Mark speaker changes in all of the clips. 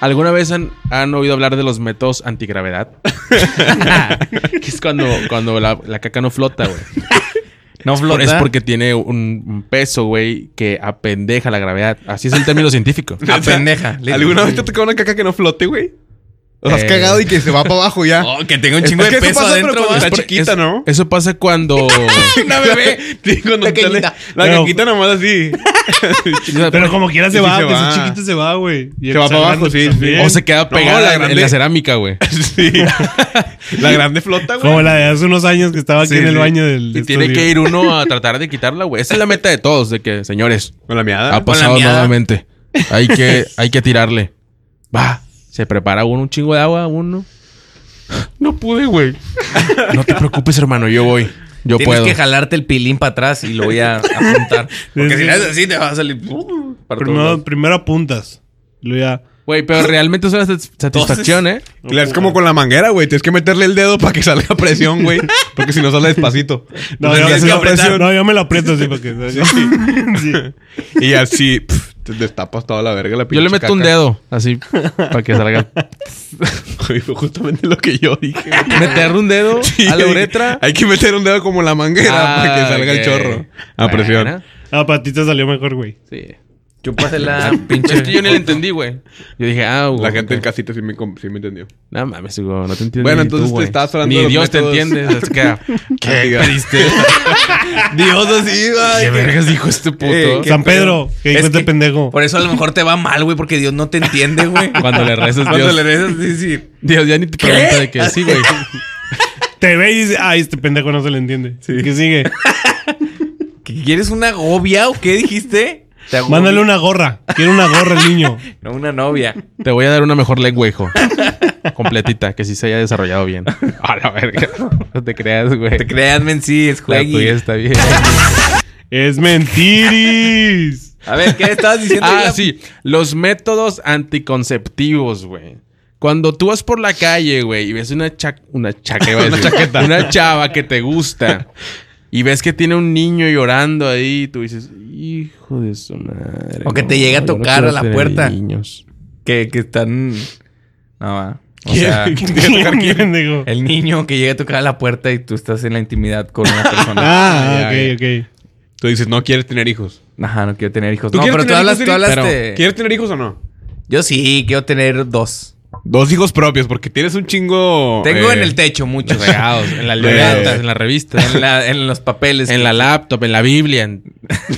Speaker 1: ¿Alguna vez han, han oído hablar de los métodos antigravedad? que es cuando, cuando la, la caca no flota, güey.
Speaker 2: No
Speaker 1: Por-
Speaker 2: flota.
Speaker 1: Es porque tiene un un peso, güey, que apendeja la gravedad. Así es el término científico.
Speaker 2: Ah, pendeja.
Speaker 3: ¿Alguna vez te ha tocado una caca que no flote, güey? O has
Speaker 1: Eh.
Speaker 3: cagado y que se va para abajo ya.
Speaker 2: Oh, que tengo un
Speaker 3: Es-
Speaker 2: chingo
Speaker 3: es
Speaker 2: de
Speaker 3: que eso
Speaker 2: peso
Speaker 3: pasa, pero
Speaker 2: adentro.
Speaker 3: cuando
Speaker 2: va.
Speaker 3: está
Speaker 1: Por-
Speaker 3: chiquita,
Speaker 1: es-
Speaker 3: ¿no?
Speaker 1: Eso pasa cuando...
Speaker 2: Una bebé.
Speaker 3: Sí, cuando sale
Speaker 2: Pequeñita.
Speaker 3: la
Speaker 4: Pero-
Speaker 3: caquita nomás así.
Speaker 4: Pero como quiera se
Speaker 3: Sí,
Speaker 4: va,
Speaker 3: se
Speaker 4: de
Speaker 3: va.
Speaker 4: ser chiquito se va, güey. Y
Speaker 3: Se va
Speaker 4: el
Speaker 3: para abajo,
Speaker 4: Fernando
Speaker 3: sí,
Speaker 4: también.
Speaker 3: sí.
Speaker 1: o se queda
Speaker 3: No,
Speaker 1: pegada
Speaker 3: la
Speaker 1: en- en
Speaker 3: grande.
Speaker 1: la cerámica, güey.
Speaker 3: Sí. La grande flota, güey.
Speaker 4: Como la de hace unos años que estaba aquí
Speaker 3: Sí,
Speaker 4: en el
Speaker 3: sí.
Speaker 4: baño del.
Speaker 1: Y tiene que ir uno a tratar de quitarla, güey. Esa es la meta de todos, de que, señores,
Speaker 3: Ah, Con la miada.
Speaker 4: Ah.
Speaker 1: ha pasado
Speaker 2: miada.
Speaker 1: nuevamente. Hay que, hay que tirarle. Va, se prepara uno un chingo de agua, uno. No pude, güey. No te preocupes, hermano, yo voy. Yo
Speaker 2: Tienes
Speaker 1: puedo.
Speaker 2: que jalarte el pilín para atrás y lo voy a apuntar. Porque
Speaker 4: Sí,
Speaker 2: si
Speaker 4: sí.
Speaker 2: le haces así, te va a salir. uh, para todos lados.
Speaker 4: Primero, primero apuntas. Luego ya.
Speaker 1: Güey, pero realmente es una sat- satisfacción, ¿eh?
Speaker 3: Le- Es como con la manguera, güey. Tienes que meterle el dedo para que salga presión, güey. Porque si no sale despacito.
Speaker 4: No,
Speaker 3: Entonces
Speaker 4: yo,
Speaker 3: tienes
Speaker 4: sí
Speaker 3: que
Speaker 4: lo aprieto.
Speaker 3: presión.
Speaker 4: No, yo me lo aprieto así porque. Sí.
Speaker 3: Y así pf, te destapas toda la verga la
Speaker 1: Yo
Speaker 3: pinche
Speaker 1: le meto un
Speaker 3: caca.
Speaker 1: dedo, así, para que salga.
Speaker 3: Güey, fue justamente lo que yo dije. güey.
Speaker 1: Meterle un dedo
Speaker 3: Sí,
Speaker 1: a la
Speaker 3: yo dije,
Speaker 1: uretra. Ah,
Speaker 3: Hay que meter un dedo como la manguera para que salga el chorro. A presión.
Speaker 4: Ah, para ti te salió mejor, güey.
Speaker 1: Sí.
Speaker 2: Chúpasela, pinche.
Speaker 1: Es que yo ni le entendí, güey. Yo dije, ah, güey.
Speaker 3: La gente en
Speaker 1: ok.
Speaker 3: casita sí me, com- sí me entendió.
Speaker 1: No mames, güey, no te entiendo.
Speaker 3: Bueno,
Speaker 1: ni tú,
Speaker 3: entonces te
Speaker 1: güey.
Speaker 3: estabas hablando
Speaker 1: Ni
Speaker 3: de los
Speaker 1: Dios
Speaker 3: métodos.
Speaker 1: te entiende. Es que, ah,
Speaker 3: ¿Qué pediste? Dios así,
Speaker 1: ¿Qué
Speaker 3: güey.
Speaker 1: vergas dijo este puto?
Speaker 3: Eh, ¿Qué
Speaker 4: San
Speaker 3: pedo?
Speaker 4: Pedro, que dijo
Speaker 2: Es
Speaker 4: este
Speaker 2: que-
Speaker 4: pendejo.
Speaker 2: Por eso a lo mejor te va mal, güey, porque Dios no te entiende, güey.
Speaker 1: Cuando le rezas,
Speaker 2: Cuando
Speaker 1: Dios.
Speaker 2: le rezas, sí, sí.
Speaker 1: Dios ya ni te pregunta de que sí, güey.
Speaker 4: Te ve y dice, ay, este pendejo no se le entiende. ¿Qué sigue?
Speaker 2: ¿Que ¿Quieres una gobia o qué dijiste? Te agobia.
Speaker 4: Mándale una gorra. Quiere una gorra el niño.
Speaker 2: No, una novia.
Speaker 1: Te voy a dar una mejor lengua, hijo. Completita, que sí se haya desarrollado bien. A la verga. No te creas, güey.
Speaker 2: Te Créanme en sí, es
Speaker 1: La tuya
Speaker 2: juegui.
Speaker 1: está bien.
Speaker 4: Es mentiris.
Speaker 2: A ver, ¿qué estabas diciendo?
Speaker 1: Ah,
Speaker 2: ya?
Speaker 1: sí. Los métodos anticonceptivos, güey. Cuando tú vas por la calle, güey, y ves una cha- una chaca, iba a decir. Una chava que te gusta. Y ves que tiene un niño llorando ahí, y tú dices, hijo de su madre.
Speaker 2: O que te llegue a
Speaker 1: yo
Speaker 2: tocar
Speaker 1: quiero
Speaker 2: a la
Speaker 1: tener
Speaker 2: puerta.
Speaker 1: Niños.
Speaker 2: Que, que están. No va. O
Speaker 3: ¿Quién?
Speaker 2: sea,
Speaker 4: pendejo.
Speaker 2: el niño que llega a tocar la puerta y tú estás en la intimidad con una persona.
Speaker 4: Ah,
Speaker 3: Ah, ya,
Speaker 4: ok, ok.
Speaker 3: Tú dices, no quieres tener hijos.
Speaker 2: Ajá, no quiero tener hijos.
Speaker 3: ¿Tú
Speaker 2: No,
Speaker 3: quieres
Speaker 2: pero tú
Speaker 3: tener
Speaker 2: hablas,
Speaker 3: hijos,
Speaker 2: tú
Speaker 3: Eric?
Speaker 2: hablas
Speaker 3: Pero,
Speaker 2: de-
Speaker 3: ¿Quieres tener hijos o no?
Speaker 2: Yo sí, quiero tener dos.
Speaker 3: Dos hijos propios, porque tienes un chingo.
Speaker 2: Tengo
Speaker 3: eh,
Speaker 2: en el techo muchos.
Speaker 1: Regados, en las
Speaker 3: Eh.
Speaker 1: libretas, en las revistas,
Speaker 2: en, la- en los papeles.
Speaker 1: en la laptop, en la Biblia. en-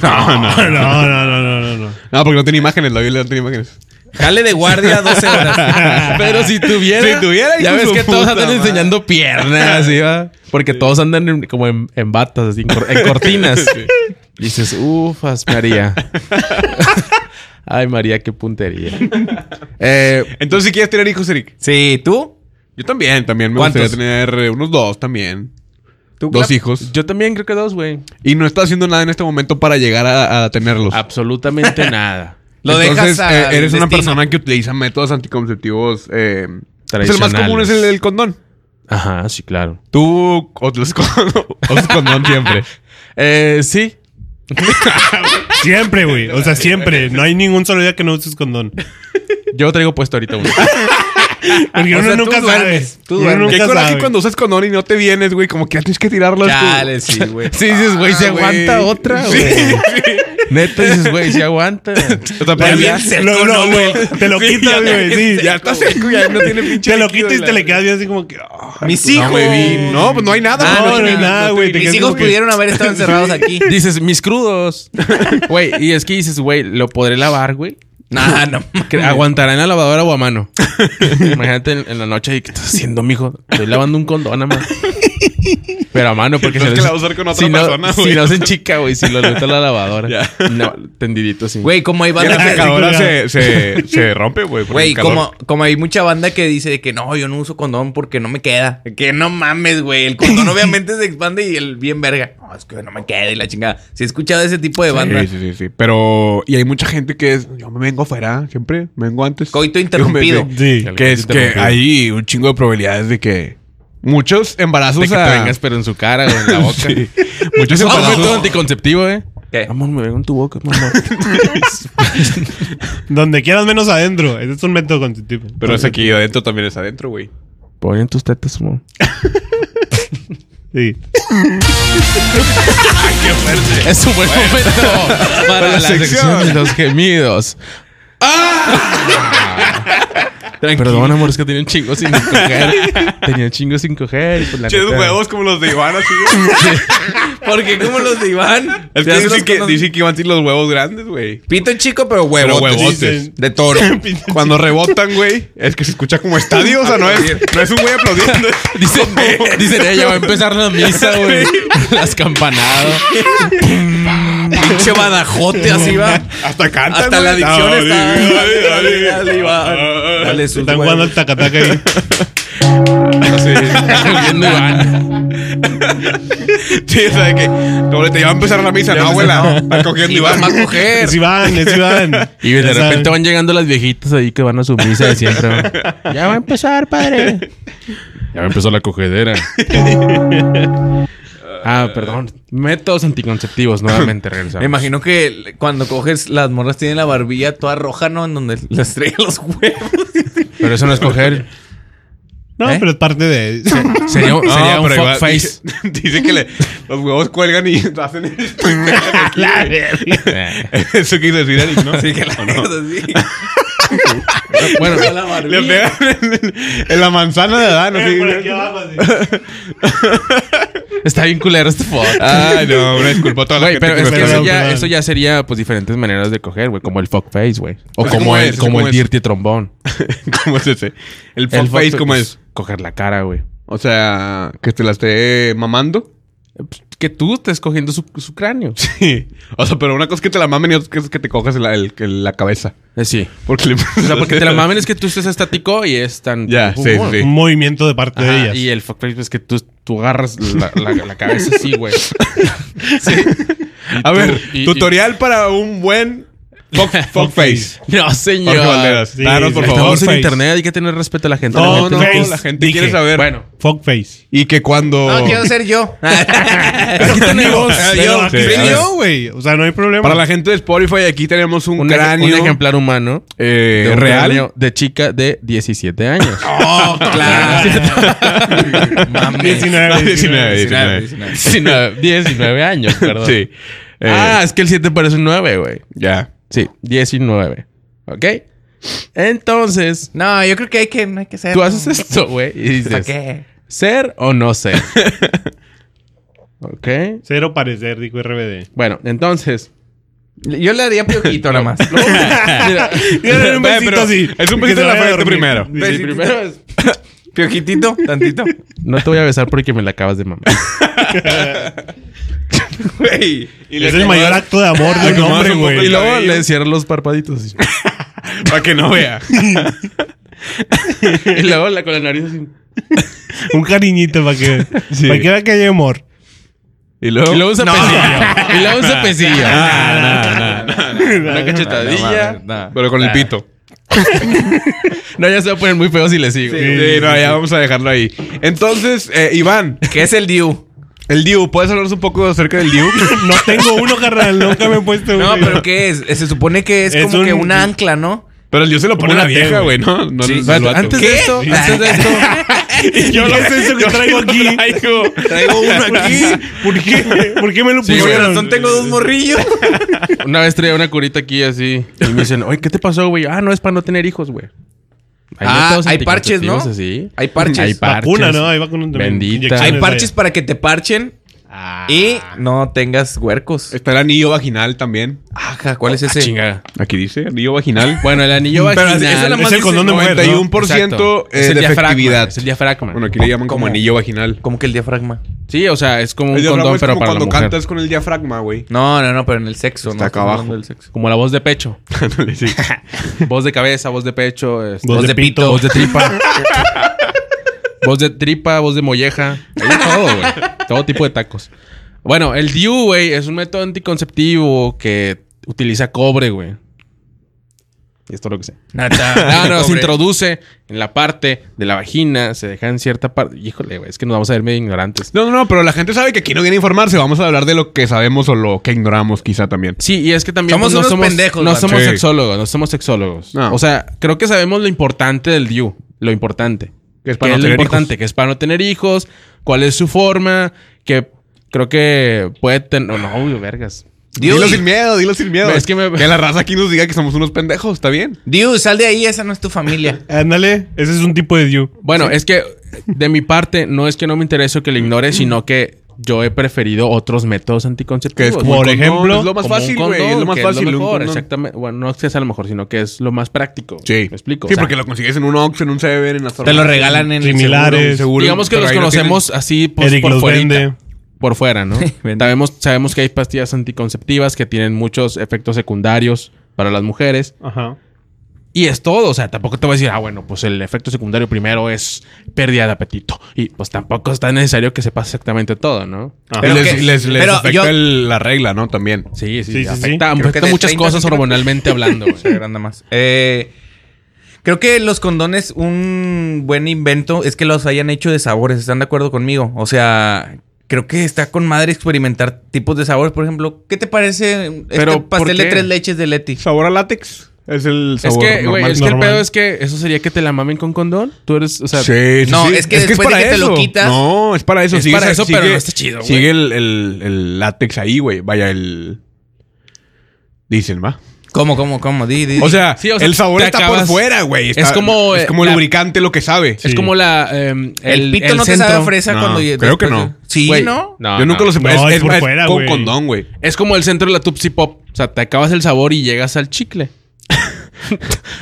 Speaker 3: No, no.
Speaker 4: No, no, no, no, no, no.
Speaker 3: No, porque no tiene imágenes, la Biblia no tiene imágenes.
Speaker 2: Jale de guardia 12 horas.
Speaker 1: Pero si tuviera.
Speaker 3: Si tuviera, hijo
Speaker 1: Ya
Speaker 3: de
Speaker 1: ves
Speaker 3: su
Speaker 1: que todos
Speaker 3: puta
Speaker 1: andan
Speaker 3: madre.
Speaker 1: enseñando piernas, ¿sí, va? Porque todos andan en- como en, en batas, así, en, cor- en cortinas. Dices, ufas, María. Ay, María, qué puntería. Eh,
Speaker 3: Entonces, si quieres tener hijos, Eric.
Speaker 2: Sí, ¿tú?
Speaker 3: Yo también, también me
Speaker 2: ¿Cuántos?
Speaker 3: gustaría tener eh, unos dos también.
Speaker 2: ¿Tú
Speaker 3: Dos
Speaker 2: Clap?
Speaker 3: hijos.
Speaker 1: yo también creo que dos, güey.
Speaker 3: Y no está haciendo nada en este momento para llegar a, a tenerlos.
Speaker 1: Absolutamente nada.
Speaker 2: Lo
Speaker 3: Entonces,
Speaker 2: dejas a
Speaker 3: eh, eres una persona que utiliza métodos anticonceptivos. eh, pues el más
Speaker 1: Tradicionales.
Speaker 3: común es el, del condón.
Speaker 1: Ajá, sí, claro.
Speaker 3: Tú otros condón, usas condón siempre.
Speaker 1: Eh, sí.
Speaker 4: Siempre, güey. O sea, siempre. No hay ningún solo día que no uses condón.
Speaker 1: Yo traigo puesto ahorita uno.
Speaker 4: Porque
Speaker 2: O
Speaker 4: uno
Speaker 2: sea, tú
Speaker 4: nunca
Speaker 2: duermes,
Speaker 4: sabe.
Speaker 2: tú
Speaker 4: Uno
Speaker 2: duermes.
Speaker 3: Qué
Speaker 4: nunca
Speaker 3: coraje
Speaker 4: sabe.
Speaker 3: cuando usas condón y no te vienes, güey. Como que ya tienes que tirarlo. Pues tú.
Speaker 2: Chale, sí, güey.
Speaker 1: Sí, dices, güey, se
Speaker 3: Ah, güey.
Speaker 1: aguanta otra,
Speaker 3: Sí,
Speaker 1: güey. Neta, dices, güey, se aguanta.
Speaker 3: O sea,
Speaker 4: Pero
Speaker 3: pero
Speaker 2: bien
Speaker 3: ya,
Speaker 2: seco,
Speaker 4: lo- lo-
Speaker 2: ¿no,
Speaker 4: güey,
Speaker 2: güey?
Speaker 4: Te lo
Speaker 2: Sí,
Speaker 4: quitas,
Speaker 2: ya
Speaker 4: güey.
Speaker 2: bien
Speaker 4: Sí.
Speaker 2: seco.
Speaker 3: ya está seco, ya no tiene pinche.
Speaker 4: Te lo
Speaker 3: líquido
Speaker 4: quitas y
Speaker 3: de
Speaker 4: te
Speaker 3: la-
Speaker 4: le quedas bien así como que. ah,
Speaker 2: Mis
Speaker 3: No
Speaker 2: hijos.
Speaker 3: me vi. No, pues no hay nada.
Speaker 4: no,
Speaker 3: güey.
Speaker 4: no hay nada, güey. te
Speaker 2: Mis
Speaker 4: quedas
Speaker 2: hijos
Speaker 4: como que-
Speaker 2: pudieron haber estado encerrados aquí.
Speaker 1: Dices, mis crudos. Güey, y es que dices, güey, ¿lo podré lavar, güey?
Speaker 2: Nah, no.
Speaker 1: Que ¿Aguantará en la lavadora o a mano? Imagínate en, en la noche y que estás haciendo, mijo. Estoy lavando un condón a mano. Pero a mano, porque
Speaker 3: No es
Speaker 1: lo
Speaker 3: que la
Speaker 1: hice-
Speaker 3: va a usar con otra
Speaker 1: si no-
Speaker 3: persona,
Speaker 1: Si
Speaker 3: güey.
Speaker 1: no se chica, güey, si lo meto a la lavadora. No, tendidito así.
Speaker 2: Güey, como hay
Speaker 3: Ya
Speaker 2: banda
Speaker 3: la
Speaker 2: que...
Speaker 3: secadora se, se, se rompe, güey. por
Speaker 2: Güey,
Speaker 3: el calor.
Speaker 2: como, como hay mucha banda que dice de que no, yo no uso condón porque no me queda. Que no mames, güey. El condón obviamente se expande y el bien verga. No, es que no me queda y la chingada. Si he escuchado ese tipo de banda.
Speaker 3: Sí, sí, sí, sí. Pero, y hay mucha gente que es, yo me vengo afuera, siempre, me vengo antes. Yo
Speaker 2: Coito
Speaker 3: me-
Speaker 2: interrumpido.
Speaker 3: sí.
Speaker 4: Sí.
Speaker 3: Que es que hay un chingo de probabilidades de que muchos embarazos
Speaker 1: De que te
Speaker 3: a-
Speaker 1: vengas, pero en su cara o en la boca.
Speaker 3: Sí. Muchos
Speaker 1: Es un
Speaker 3: embarazos.
Speaker 1: método anticonceptivo, eh.
Speaker 2: ¿Qué?
Speaker 1: Amor, me veo en tu boca, mamá.
Speaker 4: Donde quieras menos adentro. Ese es un método cognitivo.
Speaker 3: Pero es aquí adentro también es adentro, güey.
Speaker 1: Pon en tus tetas, amor.
Speaker 4: Sí.
Speaker 1: Es un buen momento para la sección de los gemidos. Ah. Perdón, amor, es que tenía un chingo sin coger. Tenía un chingo sin coger. y pues la
Speaker 3: Che,
Speaker 1: neta-
Speaker 3: huevos como los de Iván, así. güey.
Speaker 2: Porque como los de Iván.
Speaker 3: es
Speaker 2: Te
Speaker 3: que
Speaker 2: hacen
Speaker 3: dicen
Speaker 2: los
Speaker 3: que,
Speaker 2: conos-
Speaker 3: dicen que Iván tiene los huevos grandes, güey.
Speaker 2: Pito chico, pero
Speaker 3: Pero
Speaker 2: huevo.
Speaker 3: huevotes.
Speaker 4: dicen-
Speaker 2: De toro.
Speaker 3: Cuando rebotan, güey, es que se escucha como estadio. O sea, no es, no es un güey aplaudiendo.
Speaker 1: Dicen, dicen, ella va a empezar la misa, güey. Las campanadas.
Speaker 2: Pinche badajote así va.
Speaker 3: Hasta cantan,
Speaker 2: Hasta la
Speaker 3: güey.
Speaker 2: adicción
Speaker 3: Dale,
Speaker 2: está.
Speaker 3: dale, dale, dale.
Speaker 2: Dale, Iván. Dale, sus
Speaker 4: Están jugando
Speaker 2: huevos.
Speaker 4: al tacataca ahí.
Speaker 1: Viendo Iván.
Speaker 3: Sí, o sea, de que. No, te iba a empezar la misa, no, abuela. Está cogiendo
Speaker 2: Y
Speaker 3: Iván.
Speaker 2: van a coger.
Speaker 4: Es Iván, es Iván.
Speaker 1: Y de
Speaker 4: Ya
Speaker 1: repente
Speaker 4: saben.
Speaker 1: van llegando las viejitas ahí que van a su misa de siempre. ¿no? Ya va a empezar, padre. Ya empezó la cogedera. Ah, perdón. Métodos anticonceptivos, nuevamente regresamos.
Speaker 2: Me imagino que cuando coges, las morras tienen la barbilla toda roja, ¿no? En donde les traen los huevos.
Speaker 1: Pero eso no es coger.
Speaker 4: No,
Speaker 2: ¿Eh?
Speaker 4: pero es parte de.
Speaker 1: Sería,
Speaker 3: No,
Speaker 1: sería
Speaker 3: pero
Speaker 1: un fuck
Speaker 3: igual-
Speaker 1: face.
Speaker 3: Dice, dice que le, los huevos cuelgan y hacen esto.
Speaker 4: La verga.
Speaker 1: Eh,
Speaker 3: Eso quiso decir Eric, ¿no?
Speaker 2: Así que la así.
Speaker 1: bueno,
Speaker 2: Toda la
Speaker 3: Le
Speaker 2: barbilla.
Speaker 3: pegan en, en la manzana de Adán,
Speaker 1: Eh,
Speaker 4: Por
Speaker 3: así.
Speaker 4: aquí abajo, así.
Speaker 1: está bien culero este fuck.
Speaker 3: Ay, no, una disculpa a toda la
Speaker 1: Güey,
Speaker 3: gente.
Speaker 1: pero es que
Speaker 4: perdón,
Speaker 1: eso ya,
Speaker 4: perdón.
Speaker 1: eso ya sería pues diferentes maneras de coger, güey, como el fuck face, güey. O
Speaker 3: Pues, ¿Cómo
Speaker 1: como
Speaker 3: es?
Speaker 1: el, como
Speaker 3: ¿Cómo
Speaker 1: el
Speaker 3: es?
Speaker 1: dirty trombón.
Speaker 3: ¿Cómo es ese? El
Speaker 1: El
Speaker 3: fuck face,
Speaker 1: fuck
Speaker 3: ¿cómo
Speaker 1: pues,
Speaker 3: es?
Speaker 1: Coger la cara, güey.
Speaker 3: O sea, que te la esté mamando.
Speaker 1: Que tú estés cogiendo su, su cráneo.
Speaker 3: Sí. O sea, pero una cosa es que te la mamen y otra cosa es que te cojas la, el- el- la cabeza.
Speaker 1: Eh, Sí.
Speaker 3: Porque le
Speaker 1: O sea, porque te la mamen es que tú estés estático y es tan...
Speaker 3: Ya, sí,
Speaker 1: Bueno.
Speaker 3: sí.
Speaker 4: Un movimiento de parte
Speaker 1: Ajá,
Speaker 4: de ellas.
Speaker 1: y el fuck face es que tú, tú agarras la, la- la cabeza así, güey.
Speaker 3: A ver,
Speaker 1: y- y-
Speaker 3: tutorial para un buen fuck, fuck face.
Speaker 1: No,
Speaker 3: Jorge
Speaker 1: señor.
Speaker 3: Valderas.
Speaker 4: Sí,
Speaker 3: Danos, por
Speaker 4: sí.
Speaker 3: favor.
Speaker 1: Estamos en
Speaker 4: face.
Speaker 1: internet, hay que tener respeto a la gente.
Speaker 4: No,
Speaker 1: La
Speaker 3: No,
Speaker 1: gente
Speaker 3: no,
Speaker 4: Face,
Speaker 3: la gente
Speaker 4: dije.
Speaker 3: quiere saber.
Speaker 1: Bueno,
Speaker 4: Fuckface.
Speaker 3: Y que cuando.
Speaker 2: No, quiero ser yo.
Speaker 1: aquí tenemos...
Speaker 3: Sí,
Speaker 4: Pero
Speaker 3: sí,
Speaker 4: aquí
Speaker 3: a
Speaker 4: soy
Speaker 3: ver.
Speaker 4: yo, güey. O sea, no hay problema.
Speaker 3: Para la gente de Spotify, aquí tenemos un,
Speaker 1: un,
Speaker 3: cráneo.
Speaker 1: un ejemplar humano
Speaker 3: eh,
Speaker 1: de un
Speaker 3: real.
Speaker 1: cráneo de chica de 17 años.
Speaker 3: Ah.
Speaker 2: Oh, claro. Mames.
Speaker 4: 19,
Speaker 3: 19,
Speaker 4: 19.
Speaker 3: 19.
Speaker 2: 19.
Speaker 1: 19, 19 años, perdón.
Speaker 3: Sí. Eh,
Speaker 1: Ah, es que el 7 parece un 9, güey.
Speaker 3: ya.
Speaker 1: Sí, 19. ¿Ok? Entonces,
Speaker 2: No, yo creo que hay que, no hay que ser.
Speaker 1: tú haces esto, güey, y
Speaker 2: ¿Para
Speaker 1: dices,
Speaker 2: qué?
Speaker 1: ¿ser o no ser? ¿Ok?
Speaker 4: Cero parecer, dijo RBD.
Speaker 1: Bueno, entonces...
Speaker 2: Yo le daría poquito nada más.
Speaker 1: Mira,
Speaker 4: Dale un
Speaker 3: Ve,
Speaker 4: besito
Speaker 3: pero
Speaker 4: así,
Speaker 3: Es un
Speaker 4: que
Speaker 3: besito
Speaker 4: se
Speaker 3: en la
Speaker 4: vaya a
Speaker 3: frente
Speaker 4: dormir.
Speaker 3: primero.
Speaker 2: Pues,
Speaker 1: el primero es,
Speaker 2: Piojitito, tantito.
Speaker 1: No te voy a besar porque me la acabas de mamar.
Speaker 3: Güey. Y le
Speaker 4: Es el mayor acto de amor
Speaker 3: le
Speaker 4: de un
Speaker 3: acomodas
Speaker 4: hombre,
Speaker 3: un poco
Speaker 1: Y
Speaker 4: güey.
Speaker 1: luego le cierran los parpaditos. así.
Speaker 3: Para que no vea.
Speaker 1: Y luego la, con la nariz así.
Speaker 4: Un cariñito para que,
Speaker 3: Sí.
Speaker 4: para que vea que hay amor.
Speaker 3: Y luego.
Speaker 1: Y luego un
Speaker 2: No.
Speaker 1: cepecillo. Y luego un cepecillo.
Speaker 3: Ah, no, no, no.
Speaker 1: Una cachetadilla. No,
Speaker 3: Pero con el pito.
Speaker 1: ya se va a poner muy feo si le sigo.
Speaker 3: Sí, no, ya vamos a dejarlo ahí. Entonces, eh, Iván,
Speaker 2: ¿Qué es el Diu?
Speaker 3: el Diu, ¿puedes hablarnos un poco acerca del Diu?
Speaker 4: No tengo uno, carnal. Nunca me he puesto uno.
Speaker 2: No, pero ¿qué es? Eh, Se supone que es,
Speaker 4: Es
Speaker 2: como que
Speaker 4: un-
Speaker 2: una ancla, ¿no?
Speaker 3: Pero el Diu se lo pone
Speaker 4: Como
Speaker 3: la
Speaker 4: una
Speaker 3: vieja,
Speaker 4: tela,
Speaker 3: güey, ¿no? No
Speaker 2: Sí.
Speaker 3: no, no, el vato.
Speaker 1: Antes de esto,
Speaker 2: ¿Qué?
Speaker 1: antes de esto,
Speaker 4: Yo no sé eso que traigo aquí.
Speaker 2: Traigo uno aquí.
Speaker 4: ¿Por qué? ¿Por qué me lo
Speaker 1: Sí, güey,
Speaker 2: Por esa
Speaker 4: pusieron?
Speaker 2: razón tengo dos morrillos.
Speaker 1: una vez traía una curita aquí así y me dicen, oye, ¿qué te pasó, güey? Ah, no es para no tener hijos, güey.
Speaker 2: Ah,
Speaker 1: métodos
Speaker 2: hay parches, ¿no?
Speaker 1: anticonceptivos así.
Speaker 2: Hay parches.
Speaker 1: Hay parches.
Speaker 4: Vacuna, ¿no? Hay vacuna también.
Speaker 1: Bendita.
Speaker 4: Inyecciones,
Speaker 2: Hay parches
Speaker 4: vaya.
Speaker 2: para que te parchen
Speaker 1: Ah.
Speaker 2: y no tengas huercos. Ah,
Speaker 3: Está el anillo vaginal también.
Speaker 2: Ajá, ¿cuál es ese?
Speaker 1: Chinga.
Speaker 3: Aquí dice, anillo vaginal.
Speaker 1: Bueno, el anillo
Speaker 3: Pero
Speaker 1: vaginal.
Speaker 3: esa es la
Speaker 4: Es el condón de mujer, ¿no?
Speaker 3: 91%
Speaker 1: Exacto.
Speaker 3: eh,
Speaker 1: Es el
Speaker 3: de
Speaker 1: diafragma,
Speaker 3: efectividad.
Speaker 1: Es el diafragma.
Speaker 3: Bueno, aquí le llaman como
Speaker 2: ¿Cómo?
Speaker 3: anillo vaginal.
Speaker 2: ¿Cómo que el diafragma?
Speaker 1: Sí, o sea, es como un
Speaker 3: El diafragma
Speaker 1: condón,
Speaker 3: es
Speaker 1: pero
Speaker 3: como
Speaker 1: para la
Speaker 3: cuando
Speaker 1: mujer.
Speaker 3: cantas con el diafragma, güey.
Speaker 2: No, no, no, pero en el sexo.
Speaker 3: Está acá
Speaker 2: no estamos
Speaker 3: abajo.
Speaker 2: hablando del sexo.
Speaker 1: Como la voz de pecho.
Speaker 3: Sí.
Speaker 1: Voz de cabeza, voz de pecho. este,
Speaker 4: Voz de pito.
Speaker 1: Voz de tripa. voz de tripa, voz de molleja. Hay de todo, güey. Todo tipo de tacos. Bueno, el DIU, güey, es un método anticonceptivo que utiliza cobre, güey. Y esto es lo que sé.
Speaker 2: Nata.
Speaker 1: Ah, no, se
Speaker 2: pobre.
Speaker 1: introduce en la parte de la vagina, se deja en cierta parte. Híjole, güey, es que nos vamos a ver medio ignorantes.
Speaker 3: No, no, no, pero la gente sabe que aquí no viene a informarse. Vamos a hablar de lo que sabemos o lo que ignoramos, quizá también.
Speaker 1: Sí, y es que también pues,
Speaker 2: Somos
Speaker 1: no
Speaker 2: unos
Speaker 1: somos
Speaker 2: pendejos,
Speaker 1: no
Speaker 2: vato.
Speaker 1: somos
Speaker 3: Sí.
Speaker 1: sexólogos, no somos sexólogos.
Speaker 3: No.
Speaker 1: O sea, creo que sabemos lo importante del DIU, lo importante.
Speaker 3: Que es
Speaker 1: Que
Speaker 3: para
Speaker 1: es
Speaker 3: no
Speaker 1: lo
Speaker 3: tener
Speaker 1: importante, que es para no tener hijos, cuál es su forma, que creo que puede tener... No, no, güey, vergas.
Speaker 2: Diu,
Speaker 3: Dilo sin miedo, dilo sin miedo.
Speaker 1: Es que me-
Speaker 3: la raza aquí nos diga que somos unos pendejos, está bien.
Speaker 2: Diu, sal de ahí, esa no es tu familia.
Speaker 4: Ándale, ese es un tipo de Diu.
Speaker 1: Bueno, es que de mi parte no es que no me interese o que lo ignore, sino que yo he preferido otros métodos anticonceptivos. güey.
Speaker 4: como Por
Speaker 3: un condón,
Speaker 4: ejemplo,
Speaker 3: es lo más
Speaker 1: Como un
Speaker 3: fácil,
Speaker 1: condón,
Speaker 3: güey. Es lo más
Speaker 1: que
Speaker 3: fácil. un
Speaker 1: mejor,
Speaker 3: condón.
Speaker 1: exactamente. Bueno, no es que sea lo mejor, sino que es lo más práctico.
Speaker 3: Sí.
Speaker 1: ¿Me explico?
Speaker 3: Sí,
Speaker 1: O sea,
Speaker 3: porque lo consigues en un Ox, en un Seven, en las
Speaker 2: Te lo regalan en el
Speaker 4: Similares.
Speaker 2: seguro.
Speaker 3: Seguro,
Speaker 1: digamos que
Speaker 3: pero
Speaker 1: los
Speaker 3: ahí no
Speaker 1: conocemos así pues,
Speaker 4: Eric
Speaker 1: por
Speaker 4: los
Speaker 1: fuera.
Speaker 4: vende.
Speaker 1: Por fuera, ¿no?
Speaker 2: Vende.
Speaker 1: sabemos, sabemos que hay pastillas anticonceptivas que tienen muchos efectos secundarios para las mujeres.
Speaker 4: Ajá.
Speaker 1: Y es todo. O sea, tampoco te voy a decir, ah, bueno, pues el efecto secundario primero es pérdida de apetito. Y pues tampoco es tan necesario que sepas exactamente todo, ¿no?
Speaker 3: Ajá.
Speaker 2: Pero
Speaker 3: les,
Speaker 2: que-
Speaker 3: les- les
Speaker 2: pero
Speaker 3: afecta
Speaker 2: yo-
Speaker 3: el- la regla, ¿no? También.
Speaker 1: Sí, sí,
Speaker 4: Sí, sí,
Speaker 1: afecta,
Speaker 2: sí.
Speaker 1: afecta
Speaker 2: Creo que de
Speaker 1: muchas
Speaker 2: 30
Speaker 1: cosas
Speaker 2: centímetros.
Speaker 1: hormonalmente hablando, güey.
Speaker 2: Se agranda más. Eh, creo que los condones, un buen invento es que los hayan hecho de sabores. ¿Están de acuerdo conmigo? O sea, creo que está con madre experimentar tipos de sabores. Por ejemplo, ¿qué te parece
Speaker 1: Pero,
Speaker 2: este
Speaker 1: ¿por
Speaker 2: pastel de
Speaker 1: qué?
Speaker 2: tres leches de Leti?
Speaker 3: ¿Sabor a látex? Es el
Speaker 1: Es
Speaker 3: sabor
Speaker 1: que, güey,
Speaker 3: normal.
Speaker 1: es que el
Speaker 4: normal.
Speaker 1: pedo es que eso sería que te la mamen con condón. Tú eres, o sea,
Speaker 3: Sí, sí,
Speaker 2: No,
Speaker 3: sí.
Speaker 2: es que después de que te lo quitas-
Speaker 3: No, es para eso.
Speaker 1: Es
Speaker 3: Sigue
Speaker 1: para
Speaker 3: esa-
Speaker 1: eso, pero
Speaker 3: sigue-
Speaker 1: no está chido, güey.
Speaker 3: Sigue el, el- el látex ahí, güey. Vaya, el... Dicen, ¿va?
Speaker 2: ¿Cómo, cómo, cómo? Di, di, di.
Speaker 3: O sea,
Speaker 1: Sí, o sea,
Speaker 3: el sabor
Speaker 1: te
Speaker 3: está por
Speaker 1: acabas-
Speaker 3: fuera, güey. Está-
Speaker 1: Es como,
Speaker 3: Es como
Speaker 1: eh, la-
Speaker 3: lubricante lo que sabe.
Speaker 1: es
Speaker 4: Sí.
Speaker 1: como la. eh,
Speaker 2: el, pito no te sabe a fresa
Speaker 3: No,
Speaker 2: cuando...
Speaker 3: creo
Speaker 2: después
Speaker 3: que no.
Speaker 2: de- Sí,
Speaker 1: Güey,
Speaker 2: ¿no?
Speaker 1: no,
Speaker 3: Yo nunca
Speaker 1: no.
Speaker 3: lo sé.
Speaker 4: No,
Speaker 3: es,
Speaker 4: es
Speaker 3: es-
Speaker 4: por
Speaker 3: es
Speaker 4: fuera,
Speaker 3: con
Speaker 4: güey.
Speaker 3: condón, güey.
Speaker 1: Es como el centro de la Tupsi Pop. O sea, te acabas el sabor y llegas al chicle.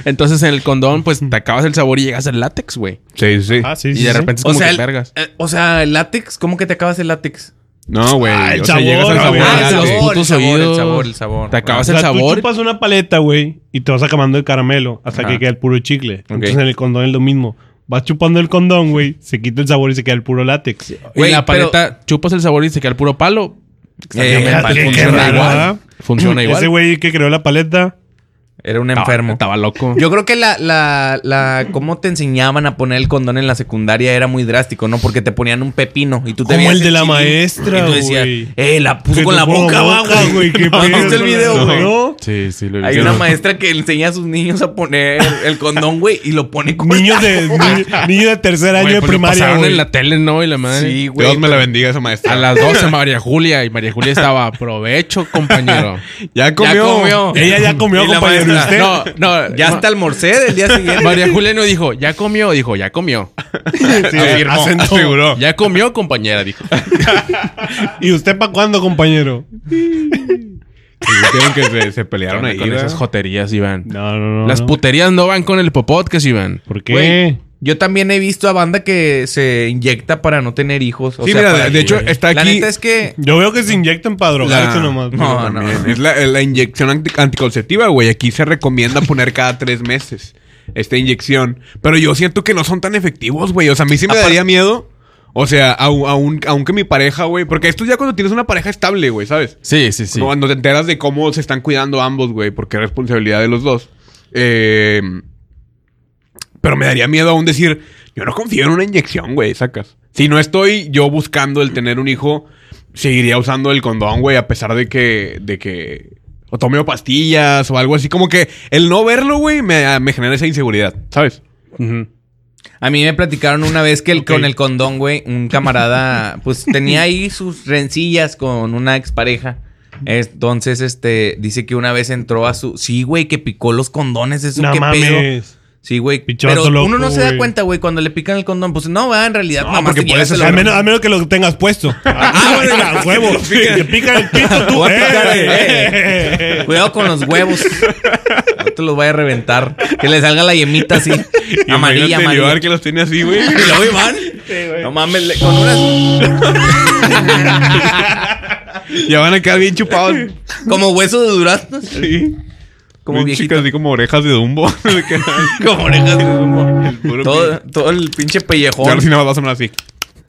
Speaker 1: Entonces en el condón, pues te acabas el sabor y llegas al látex, güey.
Speaker 3: Sí, sí.
Speaker 4: Ah, sí,
Speaker 1: Y
Speaker 4: sí,
Speaker 1: de
Speaker 4: sí.
Speaker 1: repente es
Speaker 2: O
Speaker 1: como
Speaker 2: sea,
Speaker 1: que
Speaker 2: el,
Speaker 1: vergas.
Speaker 2: eh, o sea, el látex, ¿cómo que te acabas el látex?
Speaker 3: No, güey.
Speaker 4: Ah, el
Speaker 3: o sea,
Speaker 4: sabor,
Speaker 3: llegas al
Speaker 4: güey.
Speaker 3: sabor.
Speaker 4: Ah,
Speaker 3: al
Speaker 1: el
Speaker 3: látex.
Speaker 1: sabor.
Speaker 2: el
Speaker 1: tus
Speaker 2: sabor, el
Speaker 1: oídos.
Speaker 2: sabor, el sabor.
Speaker 1: Te acabas
Speaker 4: O sea,
Speaker 1: el sabor.
Speaker 4: tú chupas una paleta, güey, y te vas acabando el caramelo hasta
Speaker 2: Ajá.
Speaker 4: que queda el puro chicle. Entonces en el condón es lo mismo. Vas chupando el condón, güey, se quita el sabor y se queda el puro látex.
Speaker 1: Y
Speaker 2: Güey,
Speaker 1: en la
Speaker 2: pero-
Speaker 1: paleta chupas el sabor y se queda el puro palo. pues,
Speaker 2: Eh,
Speaker 4: Fíjate
Speaker 2: vale,
Speaker 4: qué
Speaker 2: funciona
Speaker 4: raro,
Speaker 2: igual.
Speaker 4: ¿verdad?
Speaker 1: Funciona igual.
Speaker 4: Ese güey que creó la paleta.
Speaker 2: Era un
Speaker 1: Estaba-
Speaker 2: enfermo.
Speaker 1: Estaba loco.
Speaker 2: Yo creo que la, la, la, cómo te enseñaban a poner el condón en la secundaria era muy drástico, ¿no? Porque te ponían un pepino y tú te
Speaker 4: Como
Speaker 2: veías
Speaker 4: el de la
Speaker 2: chilín
Speaker 4: maestra,
Speaker 2: y tú decías,
Speaker 4: güey.
Speaker 2: eh, la puso
Speaker 4: Que
Speaker 2: con
Speaker 4: te
Speaker 2: la
Speaker 4: pongo
Speaker 2: boca abajo, güey.
Speaker 4: qué
Speaker 2: ¿Has
Speaker 4: pedo,
Speaker 2: visto el video,
Speaker 4: no,
Speaker 2: güey?
Speaker 4: no.
Speaker 1: Sí, sí, lo
Speaker 2: Hay una maestra que enseña a sus niños a poner el condón, güey, y lo pone con
Speaker 4: Niños de, ni- niños de tercer año de primaria,
Speaker 1: pasaron pues, en
Speaker 4: güey. pues,
Speaker 1: la tele, ¿no? Y la madre.
Speaker 2: Sí,
Speaker 3: Dios
Speaker 2: güey.
Speaker 3: me la bendiga esa maestra.
Speaker 1: A las 12 María Julia y María Julia estaba provecho, compañero.
Speaker 3: Ya comió.
Speaker 2: comió.
Speaker 4: Ella ya comió,
Speaker 2: Y la
Speaker 4: compañero.
Speaker 2: maestra,
Speaker 4: ¿Usted?
Speaker 1: No, no,
Speaker 2: Ya
Speaker 1: no.
Speaker 2: hasta almorcé del día siguiente.
Speaker 1: María Julia no dijo, ya comió, dijo, ya comió.
Speaker 4: Sí,
Speaker 3: Afirmó,
Speaker 4: acento.
Speaker 3: aseguró.
Speaker 1: Ya comió, compañera, dijo.
Speaker 4: ¿Y usted para cuándo, compañero?
Speaker 3: Dijeron que se, se pelearon ahí.
Speaker 1: Con
Speaker 3: ¿verdad?
Speaker 1: esas joterías, Iván.
Speaker 4: No, no, no.
Speaker 1: Las
Speaker 4: no.
Speaker 1: puterías no van con el popodcast, Iván.
Speaker 4: ¿Por qué?
Speaker 2: Güey, Yo también he visto a banda que se inyecta para no tener hijos. o
Speaker 3: Sí,
Speaker 2: sea,
Speaker 3: mira,
Speaker 2: para
Speaker 3: de-
Speaker 2: que-
Speaker 3: de hecho, está
Speaker 2: La
Speaker 3: aquí-
Speaker 2: neta es que...
Speaker 4: Yo veo que se inyectan para drogarse
Speaker 3: La-
Speaker 4: nomás.
Speaker 2: No,
Speaker 4: pero-
Speaker 2: no.
Speaker 3: También. Es la, eh, la inyección anti- anticonceptiva, güey. Aquí se recomienda poner cada tres meses esta inyección. Pero yo siento que no son tan efectivos, güey. O sea, a mí sí me
Speaker 2: Apar-
Speaker 3: daría miedo. O sea, au- aun- aunque mi pareja, güey. Porque esto es ya cuando tienes una pareja estable, güey, ¿sabes?
Speaker 1: Sí, sí, sí.
Speaker 3: Cuando te enteras de cómo se están cuidando ambos, güey, porque es responsabilidad de los dos. Eh, pero me daría miedo aún decir, yo no confío en una inyección, güey, sacas. Si no estoy yo buscando el tener un hijo, seguiría usando el condón, güey, a pesar de que, de que o tomeo pastillas o algo así. Como que el no verlo, güey, me, me genera esa inseguridad, ¿sabes?
Speaker 1: Ujú.
Speaker 2: A mí me platicaron una vez que el-
Speaker 4: Ok.
Speaker 2: con el condón, güey, un camarada, pues tenía ahí sus rencillas con una expareja. Entonces, este, dice que una vez entró a su. Sí, güey, que picó los condones, eso
Speaker 4: No
Speaker 2: qué pedo.
Speaker 4: mames.
Speaker 2: Sí, güey.
Speaker 4: Pinche
Speaker 2: Pero
Speaker 4: vato loco,
Speaker 2: uno no se da
Speaker 4: güey.
Speaker 2: cuenta, güey, cuando le pican el condón. Pues no, va, en realidad,
Speaker 3: No,
Speaker 2: no,
Speaker 3: porque puedes
Speaker 4: Al menos, al menos que lo tengas puesto. Ah, bueno, a huevo. Te pican el pito tú.
Speaker 2: Voy a picar, eh,
Speaker 4: eh, eh, eh, eh.
Speaker 2: Cuidado con los huevos. No te los vaya a reventar. Que le salga la yemita así.
Speaker 3: Imagínate
Speaker 2: amarilla,
Speaker 3: el
Speaker 2: amarilla.
Speaker 3: Iván que los tiene así, güey.
Speaker 2: Y luego Iván. No mames, le- con unas.
Speaker 3: ya van a quedar bien chupados.
Speaker 2: Como hueso de durazno.
Speaker 3: Sí.
Speaker 2: Como
Speaker 3: Bien
Speaker 2: viejito.
Speaker 3: chicas, así como orejas de Dumbo.
Speaker 2: Como orejas de humo.
Speaker 3: El puro
Speaker 2: Todo, todo el pinche
Speaker 3: Ya
Speaker 2: pellejón.
Speaker 3: ahora sí nada más va a sonar así.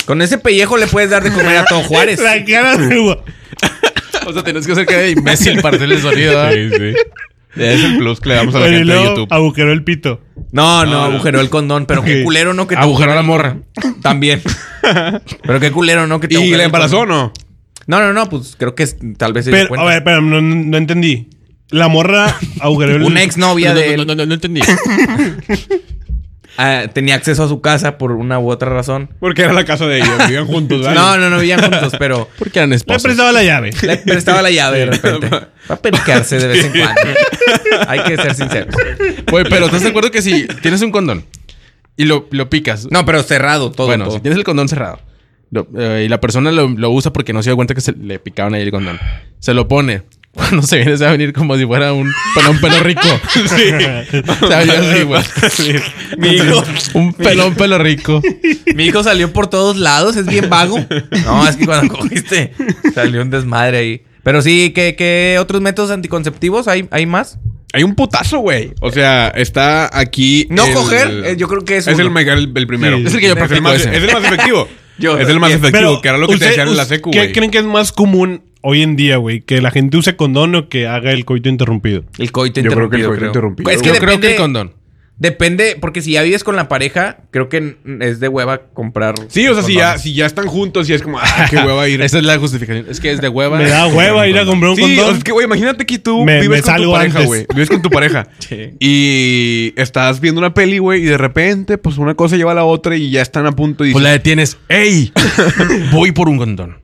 Speaker 2: Con ese pellejo le puedes dar de comer a todo Juárez.
Speaker 4: La cara de
Speaker 1: O sea, tenés que hacer cara de imbécil para hacer el sonido. ¿eh?
Speaker 3: Sí, sí. Es el plus que le damos a la
Speaker 4: Pero y
Speaker 3: gente de
Speaker 4: luego
Speaker 3: YouTube.
Speaker 4: agujeró el pito.
Speaker 2: No, no, agujeró el condón, pero qué
Speaker 4: Sí.
Speaker 2: culero, ¿no? Que te
Speaker 1: Agujeró a la morra.
Speaker 2: También. pero qué culero, ¿no? Que te
Speaker 3: ¿Y
Speaker 2: agujere
Speaker 3: la
Speaker 2: el
Speaker 3: embarazó o
Speaker 2: condón.
Speaker 3: no?
Speaker 2: No, no, no, pues creo que es- tal vez se dio
Speaker 4: Pero,
Speaker 2: cuenta.
Speaker 4: a ver, pero no, no entendí. La morra agujeró el...
Speaker 2: Una exnovia de él
Speaker 1: No, no, no, no entendí.
Speaker 2: ah, tenía acceso a su casa por una u otra razón.
Speaker 3: Porque era la casa de ellos, vivían juntos. ¿verdad?
Speaker 2: No, no, no vivían juntos, pero
Speaker 1: Porque eran
Speaker 4: Le
Speaker 1: esposos.
Speaker 4: prestaba la llave.
Speaker 2: le prestaba la llave de repente. Va a pericarse de vez en cuando. Hay que ser sinceros.
Speaker 1: Güey, pero ¿estás de acuerdo que si tienes un condón y lo, lo picas?
Speaker 2: No, pero cerrado todo.
Speaker 1: bueno,
Speaker 2: todo.
Speaker 1: si tienes el condón cerrado lo- eh, y la persona lo, lo usa porque no se dio cuenta que se le picaban ahí el condón, se lo pone. Cuando se viene, se va a venir como si fuera un pelón pelo rico.
Speaker 3: Sí.
Speaker 1: Se va a venir así, güey.
Speaker 2: Mi, hijo,
Speaker 1: Un pelón pelo rico.
Speaker 2: mi hijo salió por todos lados, es bien vago. No, es que cuando cogiste salió un desmadre ahí. Pero sí, ¿qué, qué otros métodos anticonceptivos hay, hay más?
Speaker 3: Hay un putazo, güey. O sea, está aquí.
Speaker 2: No coger, eh, yo creo que es
Speaker 3: Es el,
Speaker 2: uno.
Speaker 3: mega- el, el primero.
Speaker 4: Sí.
Speaker 1: Es el que yo
Speaker 3: Es el
Speaker 1: practico
Speaker 3: más,
Speaker 1: ese.
Speaker 3: es el más efectivo.
Speaker 2: Yo-
Speaker 3: es el más
Speaker 2: eh,
Speaker 3: efectivo, que era lo que
Speaker 4: usted-
Speaker 3: te decían en la
Speaker 4: us-
Speaker 3: secu,
Speaker 4: ¿Qué
Speaker 3: güey.
Speaker 4: creen que es más común hoy en día, güey? ¿Que la gente use condón o que haga el coito interrumpido?
Speaker 2: El coito
Speaker 3: Yo creo que el
Speaker 2: interrumpido,
Speaker 3: coito interrumpido.
Speaker 2: Es que
Speaker 1: Yo creo
Speaker 2: depende,
Speaker 1: que el condón.
Speaker 2: depende, porque si ya vives con la pareja, creo que n- es de hueva comprar.
Speaker 3: Sí, o sea, si ya,
Speaker 2: condones.
Speaker 3: si ya están juntos y es como, ah, qué hueva ir.
Speaker 1: Esa es la justificación. Es que es de
Speaker 3: Ah,
Speaker 1: hueva.
Speaker 4: Me da hueva ir a comprar un
Speaker 3: Sí, o
Speaker 4: condón.
Speaker 3: sea, es que, güey, imagínate que tú
Speaker 4: Me-
Speaker 3: vives
Speaker 4: me
Speaker 3: con tu
Speaker 4: salgo
Speaker 3: pareja,
Speaker 4: antes.
Speaker 3: güey. Vives con tu pareja. Y estás viendo una peli, güey, y de repente, pues una cosa lleva a la otra y ya están a punto y
Speaker 1: Pues la
Speaker 3: dices,
Speaker 1: detienes. ¡Ey! Voy por un condón.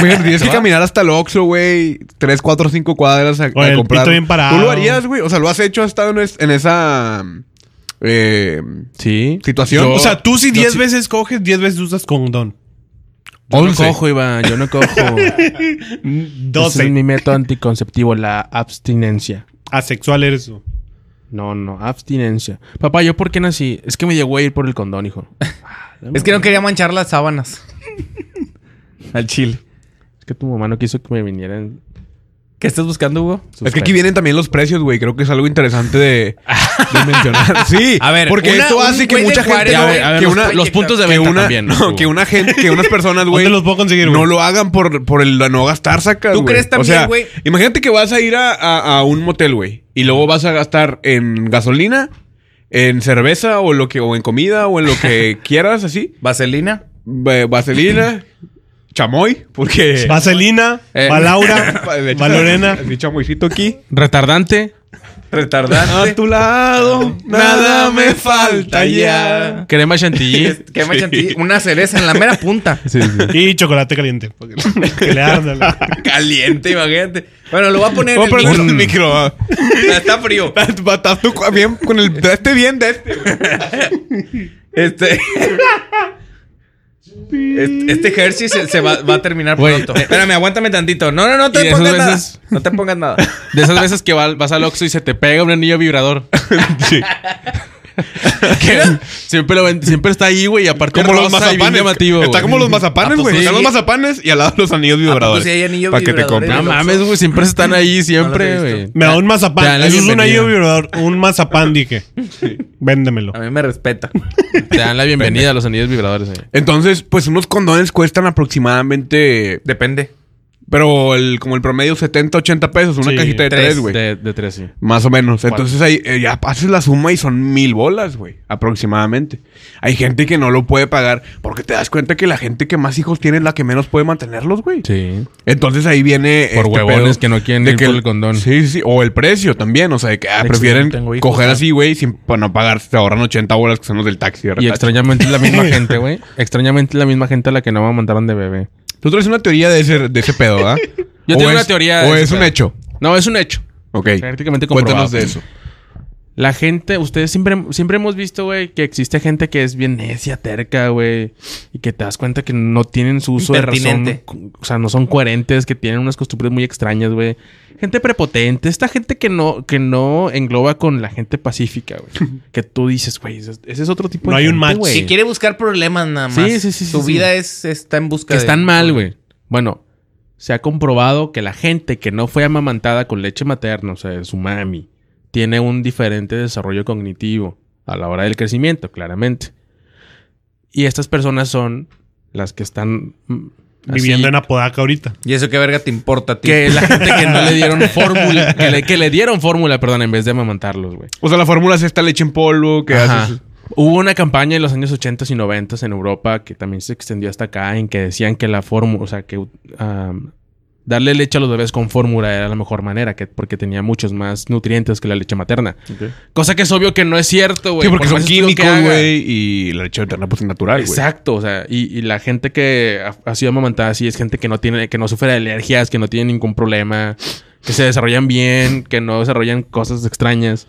Speaker 3: "Güey, tienes que caminar hasta el Oxxo, güey, tres, cuatro, cinco cuadras a, a
Speaker 4: Oye, el
Speaker 3: comprar.
Speaker 4: pito bien parado.
Speaker 3: ¿Tú lo harías, güey? O sea, ¿lo has hecho? ¿Has estado en, es- en esa eh,
Speaker 1: Sí.
Speaker 3: situación?
Speaker 1: Yo-
Speaker 4: O sea, tú si
Speaker 1: yo
Speaker 4: 10
Speaker 1: sí-
Speaker 4: veces coges, 10 veces usas condón.
Speaker 1: Yo no
Speaker 3: Once.
Speaker 1: cojo, Iván. Yo no cojo. Ese es
Speaker 4: 12.
Speaker 1: mi método anticonceptivo, la abstinencia.
Speaker 4: Asexual eres tú.
Speaker 1: No, no, abstinencia. Papá, ¿yo por qué nací? Es que me llegó a ir por el condón, hijo. Ah,
Speaker 2: Es que no quería manchar las sábanas. Al chile.
Speaker 1: Es que tu mamá no quiso que me vinieran.
Speaker 2: ¿Qué estás buscando, Hugo?
Speaker 1: sus
Speaker 3: es que aquí
Speaker 1: pedos.
Speaker 3: vienen también los precios, güey. Creo que es algo interesante de, de mencionar. Sí,
Speaker 2: A ver,
Speaker 3: porque
Speaker 2: una-
Speaker 3: esto
Speaker 2: un
Speaker 3: hace que
Speaker 2: güey de
Speaker 3: mucha gente...
Speaker 2: Juárez,
Speaker 3: no-
Speaker 2: a ver, a ver,
Speaker 3: que
Speaker 1: los-
Speaker 3: una-
Speaker 1: los puntos de
Speaker 3: que
Speaker 1: venta
Speaker 3: una,
Speaker 1: también.
Speaker 3: no, que una gente, que unas personas, güey.
Speaker 4: ¿Dónde los puedo conseguir,
Speaker 3: No
Speaker 4: güey?
Speaker 3: lo hagan por, por el no gastar, sacas.
Speaker 2: ¿Tú
Speaker 3: güey.
Speaker 2: crees también,
Speaker 3: O sea,
Speaker 2: güey?
Speaker 3: Imagínate que vas a ir a, a- a un motel, güey. Y luego vas a gastar en gasolina, en cerveza, o lo que, o en comida, o en lo que quieras, así.
Speaker 2: ¿Vaselina?
Speaker 3: Ve- Vaselina, chamoy, porque.
Speaker 4: Vaselina,
Speaker 2: Eh.
Speaker 4: Valaura,
Speaker 3: Le echas
Speaker 4: Valorena.
Speaker 3: así chamoycito aquí.
Speaker 1: Retardante.
Speaker 2: ¿Retardante?
Speaker 3: A tu lado, nada me falta ya.
Speaker 1: Crema chantilly.
Speaker 3: Este.
Speaker 2: ¿Qué me chantilly? Una cereza en la mera punta.
Speaker 1: sí, sí.
Speaker 4: Y chocolate caliente. porque- que le arda. la-
Speaker 2: Caliente, imagínate. Bueno, lo voy a poner en
Speaker 3: Oh,
Speaker 2: el
Speaker 3: pero no es
Speaker 2: micro.
Speaker 3: el micro. ah.
Speaker 2: Está frío.
Speaker 3: Estás tú bien con el de este bien de este. güey.
Speaker 2: Este... Este este Hershey se, se va, va a terminar
Speaker 1: Güey.
Speaker 2: pronto. Espérame, aguántame tantito. No, no, no
Speaker 1: Y
Speaker 2: te
Speaker 1: de
Speaker 2: pongas
Speaker 1: esas
Speaker 2: nada.
Speaker 1: veces-
Speaker 2: No te pongas nada.
Speaker 1: De esas veces que va- vas al Oxxo y se te pega un anillo vibrador. Que siempre, lo ven- siempre está ahí, güey. Y aparte
Speaker 3: Como los
Speaker 1: rosa y bien
Speaker 3: mazapanes.
Speaker 1: llamativo,
Speaker 3: Está
Speaker 1: güey. Ah, pues
Speaker 3: como los mazapanes, güey.
Speaker 2: sí?
Speaker 3: Están los mazapanes y al lado los anillos vibradores.
Speaker 2: sí hay anillos
Speaker 3: Para que te
Speaker 2: vibradores?
Speaker 1: No
Speaker 3: compren.
Speaker 2: Oxxo.
Speaker 1: mames, güey. Siempre están ahí,
Speaker 2: No
Speaker 1: siempre,
Speaker 2: los he
Speaker 1: güey.
Speaker 2: visto.
Speaker 4: Me da un
Speaker 1: Te dan
Speaker 4: mazapán.
Speaker 1: la
Speaker 4: Eso es un
Speaker 1: bienvenida.
Speaker 4: anillo vibrador. Un mazapán, dije. Véndemelo.
Speaker 2: A mí me respeta.
Speaker 1: Te dan la bienvenida a los anillos vibradores, güey.
Speaker 3: Entonces, pues unos condones cuestan aproximadamente.
Speaker 2: Depende.
Speaker 3: Pero el, como el promedio 70, 80 pesos. Una
Speaker 4: Sí,
Speaker 3: cajita de
Speaker 2: tres,
Speaker 3: tres, güey.
Speaker 1: De, de tres, sí.
Speaker 3: Más o menos. Entonces ahí eh, ya haces la suma y son mil bolas, güey. Aproximadamente. Hay gente que no lo puede pagar porque te das cuenta que la gente que más hijos tiene es la que menos puede mantenerlos, güey.
Speaker 1: Sí.
Speaker 3: Entonces ahí viene. este
Speaker 1: Por huevones que no quieren
Speaker 3: de
Speaker 1: ir por el condón.
Speaker 3: Sí, sí. O el precio también. O sea, de que ah,
Speaker 1: De que si
Speaker 3: prefieren
Speaker 1: no tengo hijos,
Speaker 3: coger
Speaker 1: ah.
Speaker 3: así, güey, sin para no pagar. Se ahorran 80 bolas que son los del taxi. de
Speaker 1: Y
Speaker 3: retache.
Speaker 1: extrañamente es la misma gente, güey. Extrañamente es la misma gente a la que no me mandaron de bebé.
Speaker 3: Tú traes una teoría de ese, de ese pedo, ¿verdad?
Speaker 1: Yo
Speaker 3: O
Speaker 1: tengo
Speaker 3: es-
Speaker 1: una teoría de
Speaker 3: O
Speaker 1: ese
Speaker 3: es un
Speaker 1: pedo.
Speaker 3: hecho.
Speaker 1: No, es un hecho.
Speaker 3: Ok.
Speaker 1: Prácticamente comprobado.
Speaker 3: Cuéntanos de eso.
Speaker 1: La gente, ustedes siempre, siempre hemos visto, güey, que existe gente que es bien necia, terca, güey. Y que te das cuenta que no tienen su uso de razón.
Speaker 2: Impertinente.
Speaker 1: O sea, no son coherentes, que tienen unas costumbres muy extrañas, güey. Gente prepotente. Esta gente que no, que no engloba con la gente pacífica, güey. que tú dices, güey, ese ese es otro tipo
Speaker 4: No
Speaker 1: de
Speaker 4: hay un
Speaker 1: gente,
Speaker 4: match.
Speaker 1: güey.
Speaker 4: Sí.
Speaker 2: Si quiere buscar problemas nada más.
Speaker 1: Sí, sí, sí,
Speaker 2: Su
Speaker 1: sí, sí.
Speaker 2: vida es está en busca
Speaker 1: que
Speaker 2: de...
Speaker 1: están mal, güey. Bueno, se ha comprobado que la gente que no fue amamantada con leche materna, o sea, de su mami, tiene un diferente desarrollo cognitivo a la hora del crecimiento, claramente. Y estas personas son las que están mm,
Speaker 4: viviendo en Apodaca ahorita.
Speaker 2: ¿Y eso qué verga te importa a ti?
Speaker 1: Que la gente que no le dieron fórmula, que le, que le dieron fórmula, perdón, en vez de amamantarlos, güey.
Speaker 3: O sea, la fórmula es esta leche en polvo que
Speaker 1: Ajá.
Speaker 3: haces.
Speaker 1: Hubo una campaña en los años 80 y 90 en Europa que también se extendió hasta acá en que decían que la fórmula, o sea, que um, darle leche a los bebés con fórmula era la mejor manera, que, porque tenía muchos más nutrientes que la leche materna. Cosa que es obvio que no es cierto, güey.
Speaker 3: Sí, porque
Speaker 1: por
Speaker 3: son
Speaker 1: más estudio que
Speaker 3: químicos,
Speaker 1: haga.
Speaker 3: güey, y la leche materna pues es natural, güey.
Speaker 1: Exacto, o sea, y, y la gente que ha, ha sido amamantada así es gente que no tiene, que no sufre de alergias, que no tiene ningún problema, que se desarrollan bien, que no desarrollan cosas extrañas.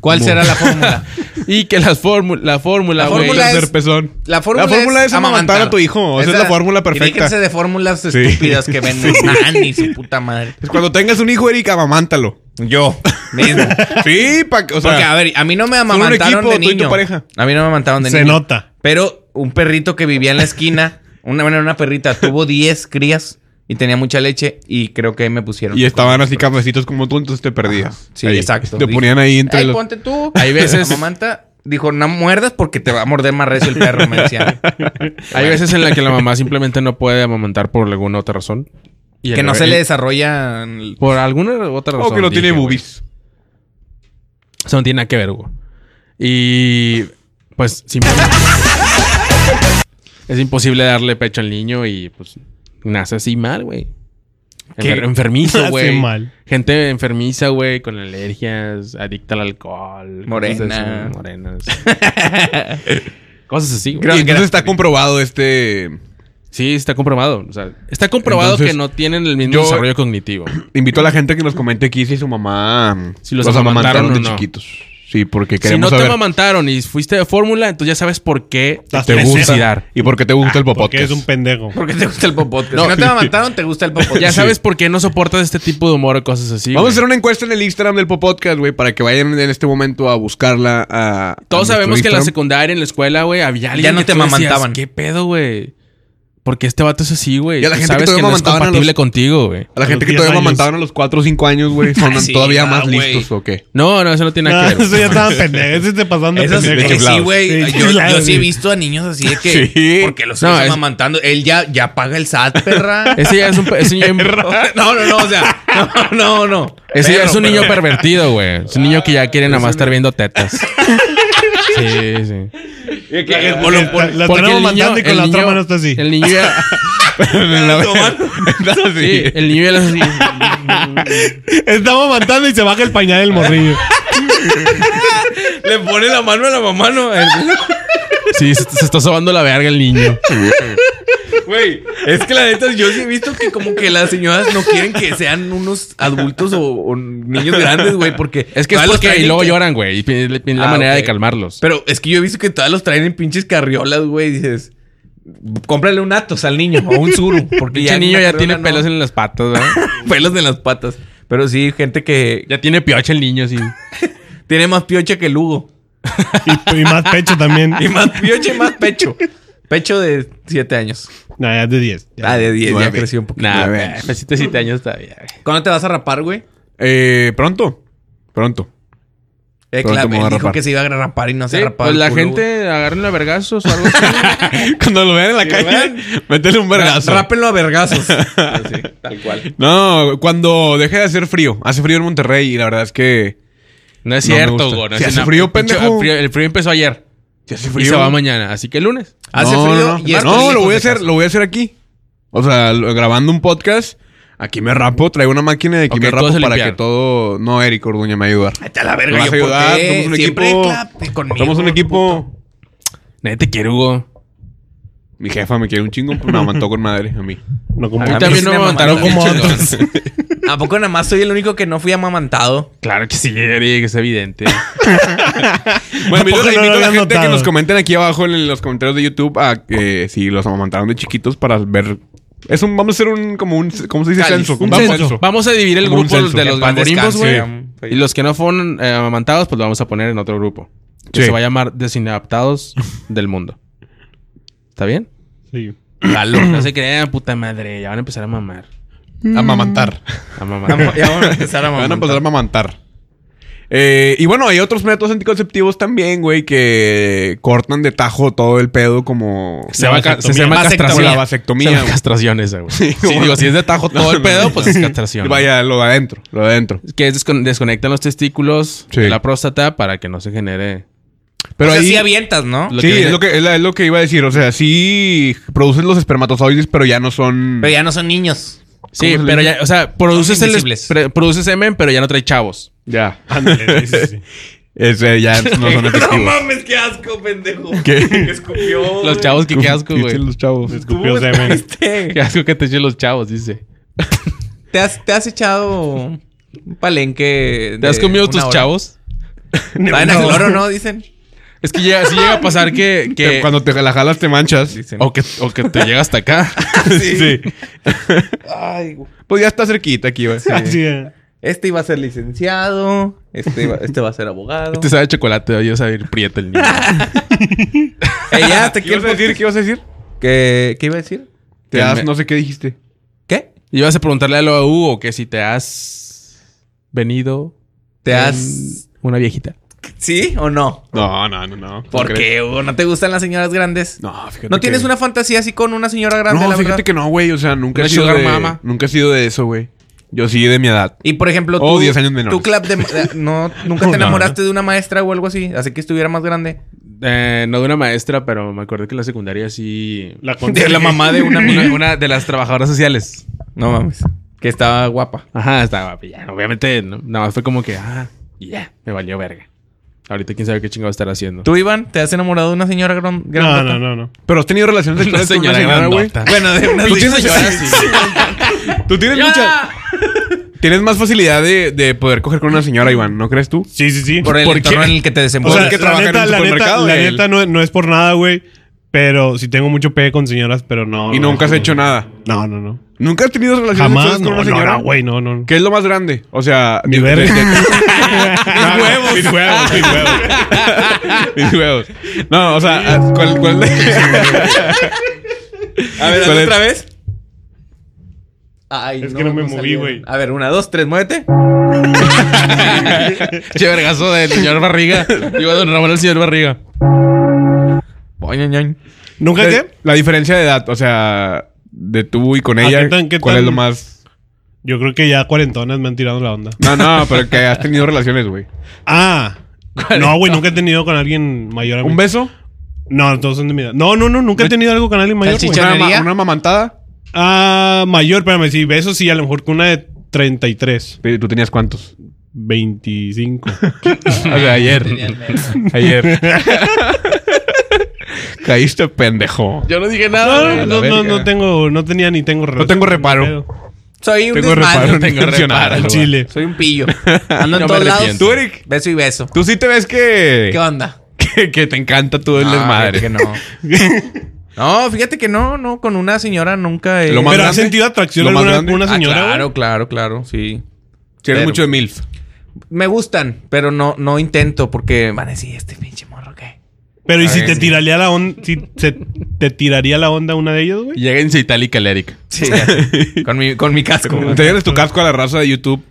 Speaker 2: ¿Cuál será la fórmula?
Speaker 1: Y que las fórmula, la fórmula,
Speaker 2: La
Speaker 1: güey.
Speaker 2: fórmula
Speaker 3: Tercer
Speaker 2: es-
Speaker 3: pezón.
Speaker 2: La fórmula,
Speaker 3: La fórmula es amamantar a tu hijo. Esa es la fórmula perfecta.
Speaker 2: Y déjense de fórmulas estúpidas que venden. Ah, ni su puta madre.
Speaker 3: Es cuando tengas un hijo, Erika, amamántalo.
Speaker 2: Yo mismo.
Speaker 3: Sí, pa' que- o sea,
Speaker 2: Porque, a ver, a mí no me
Speaker 3: un
Speaker 2: amamantaron
Speaker 3: equipo,
Speaker 2: de
Speaker 3: tú y tu
Speaker 2: niño.
Speaker 3: pareja.
Speaker 2: A mí no me amamantaron de
Speaker 4: Se
Speaker 2: niño.
Speaker 4: nota.
Speaker 2: Pero un perrito que vivía en la esquina, una, bueno, una perrita, tuvo 10 crías y tenía mucha leche y creo que ahí me pusieron.
Speaker 3: y estaban así cafecitos como tú, entonces te perdías.
Speaker 2: Sí,
Speaker 3: Ahí.
Speaker 2: exacto.
Speaker 3: Te
Speaker 2: Dije,
Speaker 3: ponían ahí entre
Speaker 2: "Ay,
Speaker 3: los...
Speaker 2: ponte tú.
Speaker 1: Hay veces-
Speaker 2: La mamanta dijo, no muerdas porque te va a morder más recio el perro, me decían.
Speaker 1: Hay veces en las que la mamá simplemente no puede amamantar por alguna otra razón. Y el
Speaker 2: que no
Speaker 1: bebé-
Speaker 2: se le desarrollan...
Speaker 1: Por alguna otra razón.
Speaker 3: O Oh, que no tiene
Speaker 1: dije,
Speaker 3: boobies.
Speaker 1: güey. Eso no tiene nada que ver, güey. Y... Pues simplemente... es imposible darle pecho al niño y pues nace así mal, güey.
Speaker 4: ¿Qué?
Speaker 1: Enfer- enfermizo,
Speaker 4: Nace
Speaker 1: güey.
Speaker 4: mal.
Speaker 1: Gente enfermiza, güey, con alergias, adicta al alcohol. cosas
Speaker 2: Morena.
Speaker 1: así, morenas. cosas así,
Speaker 3: Y
Speaker 1: güey.
Speaker 3: entonces está comprobado este...
Speaker 1: Sí, está comprobado. O sea, está comprobado
Speaker 3: Entonces,
Speaker 1: que no tienen el mismo
Speaker 3: yo-
Speaker 1: desarrollo cognitivo.
Speaker 3: Invito a la gente que nos comente aquí si su mamá
Speaker 1: Si los amamantaron
Speaker 3: de
Speaker 1: o no.
Speaker 3: chiquitos. Sí, porque
Speaker 1: Si no
Speaker 3: queremos
Speaker 1: te
Speaker 3: saber
Speaker 1: amamantaron y fuiste de fórmula, entonces ya sabes por qué
Speaker 4: Estás
Speaker 1: te
Speaker 4: fresera.
Speaker 1: suicidar.
Speaker 3: y por qué te gusta el
Speaker 4: Ah, Porque
Speaker 3: popote.
Speaker 4: es un pendejo.
Speaker 2: ¿Por qué te gusta el popot? si no te amamantaron, te gusta el popot.
Speaker 1: Ya sabes por qué no soportas este tipo de humor o cosas así.
Speaker 3: Vamos a
Speaker 1: güey.
Speaker 3: hacer una encuesta en el Instagram del Popodcast, güey, para que vayan en este momento a buscarla. A,
Speaker 1: Todos
Speaker 3: a nuestro
Speaker 1: sabemos que en la
Speaker 3: Instagram.
Speaker 1: secundaria, en la escuela, güey, había alguien
Speaker 2: Ya no
Speaker 1: que
Speaker 2: te
Speaker 1: tú decías,
Speaker 2: amamantaban.
Speaker 1: ¿Qué pedo, güey? Porque este vato es así, güey.
Speaker 3: Y a la
Speaker 1: Tú
Speaker 3: gente que
Speaker 1: sabes que,
Speaker 3: todavía
Speaker 1: no es
Speaker 3: amamantaban a los-
Speaker 1: compatible contigo, güey.
Speaker 3: A la
Speaker 4: A
Speaker 3: gente
Speaker 4: los
Speaker 3: que
Speaker 4: 10
Speaker 3: todavía
Speaker 4: años.
Speaker 3: amamantaban a los 4 o 5 años, güey, son
Speaker 2: Sí,
Speaker 3: todavía
Speaker 2: ah,
Speaker 3: más
Speaker 2: güey.
Speaker 3: listos, ¿o qué?
Speaker 1: No, no, eso no tiene nada
Speaker 4: Ah,
Speaker 1: que ver.
Speaker 4: eso ya estaba pendejo. Ese te pasaban de
Speaker 2: Eso sí,
Speaker 4: pendejo.
Speaker 3: leche
Speaker 2: sí,
Speaker 3: chiflado.
Speaker 2: güey.
Speaker 4: Sí,
Speaker 2: yo, yo
Speaker 4: chiflado,
Speaker 2: sí
Speaker 4: sí.
Speaker 2: he visto a niños así de que.
Speaker 3: Sí.
Speaker 2: Porque los
Speaker 1: No,
Speaker 2: estás
Speaker 1: es-
Speaker 2: amamantando. Él ya, ya paga el SAT, perra.
Speaker 1: Ese ya es un, es un-
Speaker 2: No, no, no. O sea, no, no, no.
Speaker 1: ese ya
Speaker 2: Pero,
Speaker 1: es un niño
Speaker 2: pero-
Speaker 1: pervertido, güey. Es un niño que ya quiere nada más estar viendo tetas. Sí, sí.
Speaker 4: O lo- la- La
Speaker 1: Porque
Speaker 4: tenemos
Speaker 1: el
Speaker 4: mandando y
Speaker 1: niño-
Speaker 4: con
Speaker 1: el
Speaker 4: la otra
Speaker 1: niño-
Speaker 4: mano está así.
Speaker 1: El niño ya... Sí, el niño ya lo hace así.
Speaker 4: Estamos matando y se baja el pañal del morrillo.
Speaker 2: Le pone la mano a la mamá, no.
Speaker 1: Sí, se, se está sobando la verga el niño.
Speaker 2: Güey, es que la neta, yo sí he visto que como que las señoras no quieren que sean unos adultos o, o niños grandes, güey, porque...
Speaker 1: Es que es
Speaker 2: todas los
Speaker 1: porque
Speaker 2: traen
Speaker 1: y
Speaker 2: en
Speaker 1: luego
Speaker 2: ca-
Speaker 1: lloran, güey. Y pi- le- pi- la
Speaker 2: Ah,
Speaker 1: manera
Speaker 2: ok.
Speaker 1: de calmarlos.
Speaker 2: Pero es que yo he visto que todas los traen en pinches carriolas, güey, y dices... Cómprale un Atos al niño o un Zuru, porque
Speaker 1: Pinche
Speaker 2: ya...
Speaker 1: niño ya tiene pelos en las patas, ¿verdad?
Speaker 2: en... pelos en las patas. Pero sí, gente que
Speaker 1: ya tiene piocha el niño, sí.
Speaker 2: tiene más pioche que Lugo.
Speaker 4: Y, y más pecho también.
Speaker 2: Y más pioche, más pecho. Pecho de 7 años.
Speaker 4: No, ya es de 10. ya.
Speaker 2: Ah, de 10, ya
Speaker 3: Nueve.
Speaker 2: creció un poquito.
Speaker 1: Nah,
Speaker 3: Ya
Speaker 1: güey.
Speaker 3: ves.
Speaker 1: pues siete, siete años todavía. güey.
Speaker 2: ¿Cuándo te vas a rapar, güey?
Speaker 3: Eh, pronto. Pronto.
Speaker 2: Eh,
Speaker 3: Pronto
Speaker 2: claro,
Speaker 3: me voy a
Speaker 2: él dijo
Speaker 3: rapar.
Speaker 2: que se iba a rapar y no se
Speaker 1: Sí,
Speaker 2: ha rapado.
Speaker 1: pues
Speaker 2: el
Speaker 1: la
Speaker 2: culo, güey.
Speaker 1: gente agarren a vergazos o algo así.
Speaker 3: Cuando lo vean en la calle, métele un vergazo.
Speaker 2: Ra- Rápenlo a vergazos. Así, tal cual.
Speaker 3: No, cuando deje de hacer frío. Hace frío en Monterrey y la verdad es que...
Speaker 1: No es
Speaker 3: No me
Speaker 1: cierto,
Speaker 3: gusta.
Speaker 1: güey. no
Speaker 3: Si
Speaker 1: es
Speaker 3: hace
Speaker 1: una-
Speaker 3: frío,
Speaker 1: pinche-
Speaker 3: pendejo.
Speaker 1: El frío, el frío empezó ayer.
Speaker 3: Si hace
Speaker 1: Y se va mañana. Así que el lunes.
Speaker 2: Hace
Speaker 3: no, no,
Speaker 2: frío y
Speaker 3: no.
Speaker 2: estoy
Speaker 3: No, lo
Speaker 2: lejos
Speaker 3: voy a
Speaker 2: de
Speaker 3: hacer,
Speaker 2: casa.
Speaker 3: lo voy a hacer aquí. O sea, lo- grabando un podcast, aquí me rapo, traigo una máquina de aquí
Speaker 1: Ok,
Speaker 3: me
Speaker 1: tú vas
Speaker 3: rapo
Speaker 1: a
Speaker 3: para
Speaker 1: limpiar.
Speaker 3: que todo. No, Eric Orduña me va a ayudar.
Speaker 2: Vete a la
Speaker 3: Me
Speaker 2: verga,
Speaker 3: vas
Speaker 2: yo
Speaker 3: a ayudar,
Speaker 2: por qué.
Speaker 3: somos un
Speaker 2: Siempre
Speaker 3: equipo.
Speaker 2: clape conmigo.
Speaker 3: Somos un equipo.
Speaker 1: Nadie te quiere, Hugo.
Speaker 3: Mi jefa me quiere un chingo, pues me amantó con madre a mí.
Speaker 4: No como
Speaker 1: A mí
Speaker 2: mí
Speaker 1: también
Speaker 2: sí
Speaker 1: no me
Speaker 2: me
Speaker 1: levantaron
Speaker 2: mamaron.
Speaker 1: como
Speaker 4: No como
Speaker 1: otros.
Speaker 2: ¿A poco nada más soy el único que no fui amamantado?
Speaker 1: Claro que sí, Eric, es evidente.
Speaker 3: Bueno, yo
Speaker 4: Tampoco
Speaker 3: les invito a la
Speaker 4: no lo había
Speaker 3: gente que
Speaker 4: notado.
Speaker 3: nos comenten aquí abajo en los comentarios de YouTube a que si los amamantaron de chiquitos para ver. Es un, vamos a hacer un como un ¿cómo se dice
Speaker 2: Cáliz.
Speaker 3: censo?
Speaker 2: Un
Speaker 3: Vamos-
Speaker 1: Vamos, vamos a dividir el
Speaker 3: Como un
Speaker 1: grupo
Speaker 3: censo.
Speaker 1: de
Speaker 2: Que
Speaker 1: los
Speaker 2: en paz
Speaker 1: gangorimbos, güey.
Speaker 2: descanse. Sí.
Speaker 1: Y los que no fueron eh, amamantados, pues lo vamos a poner en otro grupo. Que
Speaker 3: Sí.
Speaker 1: se va a llamar Desinadaptados del Mundo. ¿Está bien?
Speaker 4: Sí.
Speaker 2: Jalo.
Speaker 1: No se crean, puta madre. Ya van a empezar a mamar.
Speaker 3: Amamantar.
Speaker 1: A
Speaker 2: Ya
Speaker 1: mamar.
Speaker 2: vamos a empezar a
Speaker 3: Van a
Speaker 2: amamantar.
Speaker 3: empezar a amamantar. Eh, y bueno, hay otros métodos anticonceptivos también, güey, que cortan de tajo todo el pedo como...
Speaker 1: Se llama, ca- se llama
Speaker 2: Vasectomía.
Speaker 1: castración.
Speaker 3: Como la
Speaker 1: Se
Speaker 3: vasectomía,
Speaker 1: llama
Speaker 3: güey.
Speaker 1: castración esa, güey. Sí,
Speaker 3: como-
Speaker 1: digo, si es de tajo todo el pedo, pues es castración.
Speaker 3: Vaya, lo de adentro, lo de adentro.
Speaker 1: Que es descon- desconectan los testículos
Speaker 3: Sí.
Speaker 1: de la próstata para que no se genere.
Speaker 3: Pero
Speaker 2: o sea,
Speaker 3: ahí...
Speaker 2: sí avientas, ¿no?
Speaker 1: Lo
Speaker 3: sí,
Speaker 1: que viene-
Speaker 3: es, lo que, es, la- es lo que iba a decir. O sea, sí producen los espermatozoides, pero ya no son...
Speaker 2: Pero ya no son niños.
Speaker 1: Sí,
Speaker 3: se le
Speaker 1: pero
Speaker 3: dice?
Speaker 1: ya, o sea, produces,
Speaker 2: Son
Speaker 1: el,
Speaker 2: invisibles.
Speaker 1: pre- produces semen, pero ya no trae chavos.
Speaker 3: Ya.
Speaker 4: Ándale, sí, sí, sí.
Speaker 3: Ese ya no son efectivos.
Speaker 2: mames, qué asco, pendejo.
Speaker 3: ¿Qué?
Speaker 2: Escupió.
Speaker 1: Los chavos, que qué asco,
Speaker 3: Dicen
Speaker 1: güey.
Speaker 3: los chavos.
Speaker 4: Escupió semen.
Speaker 1: Qué asco que te echen los chavos, dice.
Speaker 2: este, ¿Te has, te has echado un palenque.
Speaker 1: ¿Te has
Speaker 2: de
Speaker 1: comido
Speaker 2: una
Speaker 1: tus
Speaker 2: hora?
Speaker 1: chavos?
Speaker 2: Van al loro, ¿no? Dicen.
Speaker 1: Es que llega, sí llega a pasar que... que
Speaker 3: Te- Cuando te la jalas te manchas. Oh,
Speaker 2: Dicen.
Speaker 1: o, que o que te llega hasta acá.
Speaker 3: Sí.
Speaker 2: Ay, güey.
Speaker 3: Pues ya está cerquita aquí, güey.
Speaker 4: Así es.
Speaker 2: Este iba a ser licenciado. Este, iba- este va a ser abogado.
Speaker 1: Este sabe chocolate, yo sabe ir prieta el niño.
Speaker 2: Eh, ya, te
Speaker 3: ¿Qué ibas a decir? ¿Qué ibas a decir?
Speaker 2: ¿Qué, ¿Qué iba a decir?
Speaker 3: Te
Speaker 1: Que
Speaker 3: das,
Speaker 1: me-
Speaker 3: no sé qué dijiste.
Speaker 2: ¿Qué?
Speaker 1: Ibas a preguntarle a la U o que si te has venido
Speaker 2: ¿Te
Speaker 1: con
Speaker 2: has.
Speaker 1: una viejita.
Speaker 2: Mm. ¿Sí o no?
Speaker 3: No, no, no, no.
Speaker 2: ¿Por qué, Hugo? ¿No te gustan las señoras grandes? No.
Speaker 3: No, fíjate.
Speaker 2: tienes
Speaker 3: que-
Speaker 2: una fantasía así con una señora grande,
Speaker 3: No,
Speaker 2: la
Speaker 3: fíjate
Speaker 2: verdad?
Speaker 3: que no, güey. O sea, nunca
Speaker 1: Una
Speaker 3: he sido
Speaker 1: sugar
Speaker 3: de...
Speaker 1: mama.
Speaker 3: Nunca he sido de eso, güey. Yo sí de mi edad.
Speaker 2: Y por ejemplo, tú,
Speaker 3: Oh, 10 años menores.
Speaker 2: tú club de, de- no, nunca
Speaker 4: No.
Speaker 2: te enamoraste de una maestra o algo así, así que estuviera más grande.
Speaker 1: Eh, no de una maestra, pero me acordé que en la secundaria sí...
Speaker 4: La
Speaker 1: De la mamá de una, una- una de las trabajadoras sociales.
Speaker 2: No mames, que estaba guapa.
Speaker 1: Ajá, estaba ya. Obviamente, no- nada más fue como que, ah, y ya, me valió verga. Ahorita quién sabe qué chingado estar haciendo.
Speaker 2: ¿Tú, Iván, te has enamorado de una señora gran- grande?
Speaker 4: No, no, no, no.
Speaker 3: Pero has tenido relaciones
Speaker 1: Una
Speaker 3: sexuales con una
Speaker 1: señora
Speaker 3: señora, güey.
Speaker 1: grandota.
Speaker 2: Bueno, de una
Speaker 1: Tú
Speaker 2: señora.
Speaker 1: tienes señora, sí.
Speaker 3: Tú tienes mucha... Tienes más facilidad de, de poder coger con una señora, Iván. ¿No crees tú?
Speaker 4: Sí, sí, sí.
Speaker 2: Por el
Speaker 1: ¿Por
Speaker 2: entorno
Speaker 1: qué?
Speaker 2: en el que te
Speaker 4: O
Speaker 2: desenvuelves.
Speaker 4: sea,
Speaker 3: que
Speaker 4: la
Speaker 3: trabaja en
Speaker 4: neta,
Speaker 3: un
Speaker 4: la neta,
Speaker 3: supermercado,
Speaker 4: la
Speaker 3: güey.
Speaker 4: neta no, no es por nada, güey. Pero sí tengo mucho pegue con señoras, pero no.
Speaker 3: Y
Speaker 4: no,
Speaker 3: nunca has
Speaker 4: no,
Speaker 3: hecho
Speaker 4: no.
Speaker 3: nada.
Speaker 4: No, no, no.
Speaker 3: ¿Nunca has tenido relaciones
Speaker 4: Jamás,
Speaker 3: sexuales con
Speaker 4: no,
Speaker 3: una
Speaker 4: no,
Speaker 3: señora?
Speaker 4: no, güey, no, no. no.
Speaker 3: ¿Qué es lo más grande? O sea,
Speaker 4: Mi
Speaker 3: de- de-
Speaker 4: verga.
Speaker 3: de-
Speaker 4: Mis huevos, mis huevos.
Speaker 3: Mis huevos. No, o sea, ah, ¿cuál, cuál...
Speaker 2: a ver,
Speaker 3: ¿cuál es?
Speaker 2: otra vez. Ay,
Speaker 4: Es que no me moví,
Speaker 2: salieron.
Speaker 4: güey.
Speaker 2: A ver, una, dos, tres, muévete.
Speaker 1: Che vergazo del señor Barriga. Digo, don Ramón, el señor Barriga.
Speaker 2: Oñ, oñ, oñ.
Speaker 4: ¿Nunca
Speaker 3: De-
Speaker 4: qué?
Speaker 3: La diferencia de edad, o sea, de tú y con
Speaker 4: Ah,
Speaker 3: ella,
Speaker 4: ¿qué tan- qué
Speaker 3: ¿cuál
Speaker 4: tan-
Speaker 3: es lo más...?
Speaker 4: Yo creo que ya cuarentonas me han tirado la onda.
Speaker 3: No, no, pero que has tenido relaciones, güey.
Speaker 4: Ah. No, güey, nunca he tenido con alguien mayor a mí.
Speaker 3: ¿Un beso?
Speaker 4: No, todos son de mi edad. No, no, no, nunca he tenido algo con alguien mayor. güey.
Speaker 2: Salchicha.
Speaker 3: ¿Una, ma-
Speaker 2: ¿Chichonería?
Speaker 3: una mamantada?
Speaker 4: Ah, mayor, espérame, sí, besos sí, a lo mejor con una de 33,
Speaker 3: Sí, ¿Tú tenías cuántos?
Speaker 4: 25.
Speaker 3: O sea, ayer. ayer. Caíste pendejo.
Speaker 1: Yo no dije
Speaker 4: No,
Speaker 1: nada.
Speaker 4: no, no, no tengo, no tenía ni tengo
Speaker 3: No tengo reparo.
Speaker 2: Soy un
Speaker 3: Tengo
Speaker 2: desmadre.
Speaker 3: reparo.
Speaker 1: tengo
Speaker 3: intencional.
Speaker 1: reparo.
Speaker 4: Al chile.
Speaker 2: Soy un pillo. Ando
Speaker 1: Y no
Speaker 2: en
Speaker 1: me
Speaker 2: todos lados.
Speaker 1: arrepiento.
Speaker 3: Tú, Eric,
Speaker 2: Beso y beso.
Speaker 3: tú sí te ves que...
Speaker 2: ¿Qué onda?
Speaker 3: que, que te encanta todo el
Speaker 2: No,
Speaker 3: desmadre.
Speaker 2: Ah, fíjate que no. No, fíjate que no, no, con una señora nunca he...
Speaker 3: Lo más
Speaker 4: Pero has
Speaker 3: grande?
Speaker 4: sentido atracción
Speaker 3: ¿Lo más
Speaker 4: alguna
Speaker 3: grande?
Speaker 4: con una
Speaker 2: Ah,
Speaker 4: señora.
Speaker 2: claro,
Speaker 4: güey?
Speaker 2: claro, claro, sí.
Speaker 3: Si eres
Speaker 2: Pero-
Speaker 3: mucho de MILF.
Speaker 2: Me gustan, pero no, no intento porque van a decir, este pinche morro que...
Speaker 4: Pero ¿y si
Speaker 2: Ah,
Speaker 4: te
Speaker 2: sí.
Speaker 4: tiraría la onda, si se- te tiraría la onda una de ellas, güey?
Speaker 1: Llega en Citálica el Eric.
Speaker 2: Sí, con, mi, con mi casco. güey.
Speaker 3: Te dieras tu casco a la raza de YouTube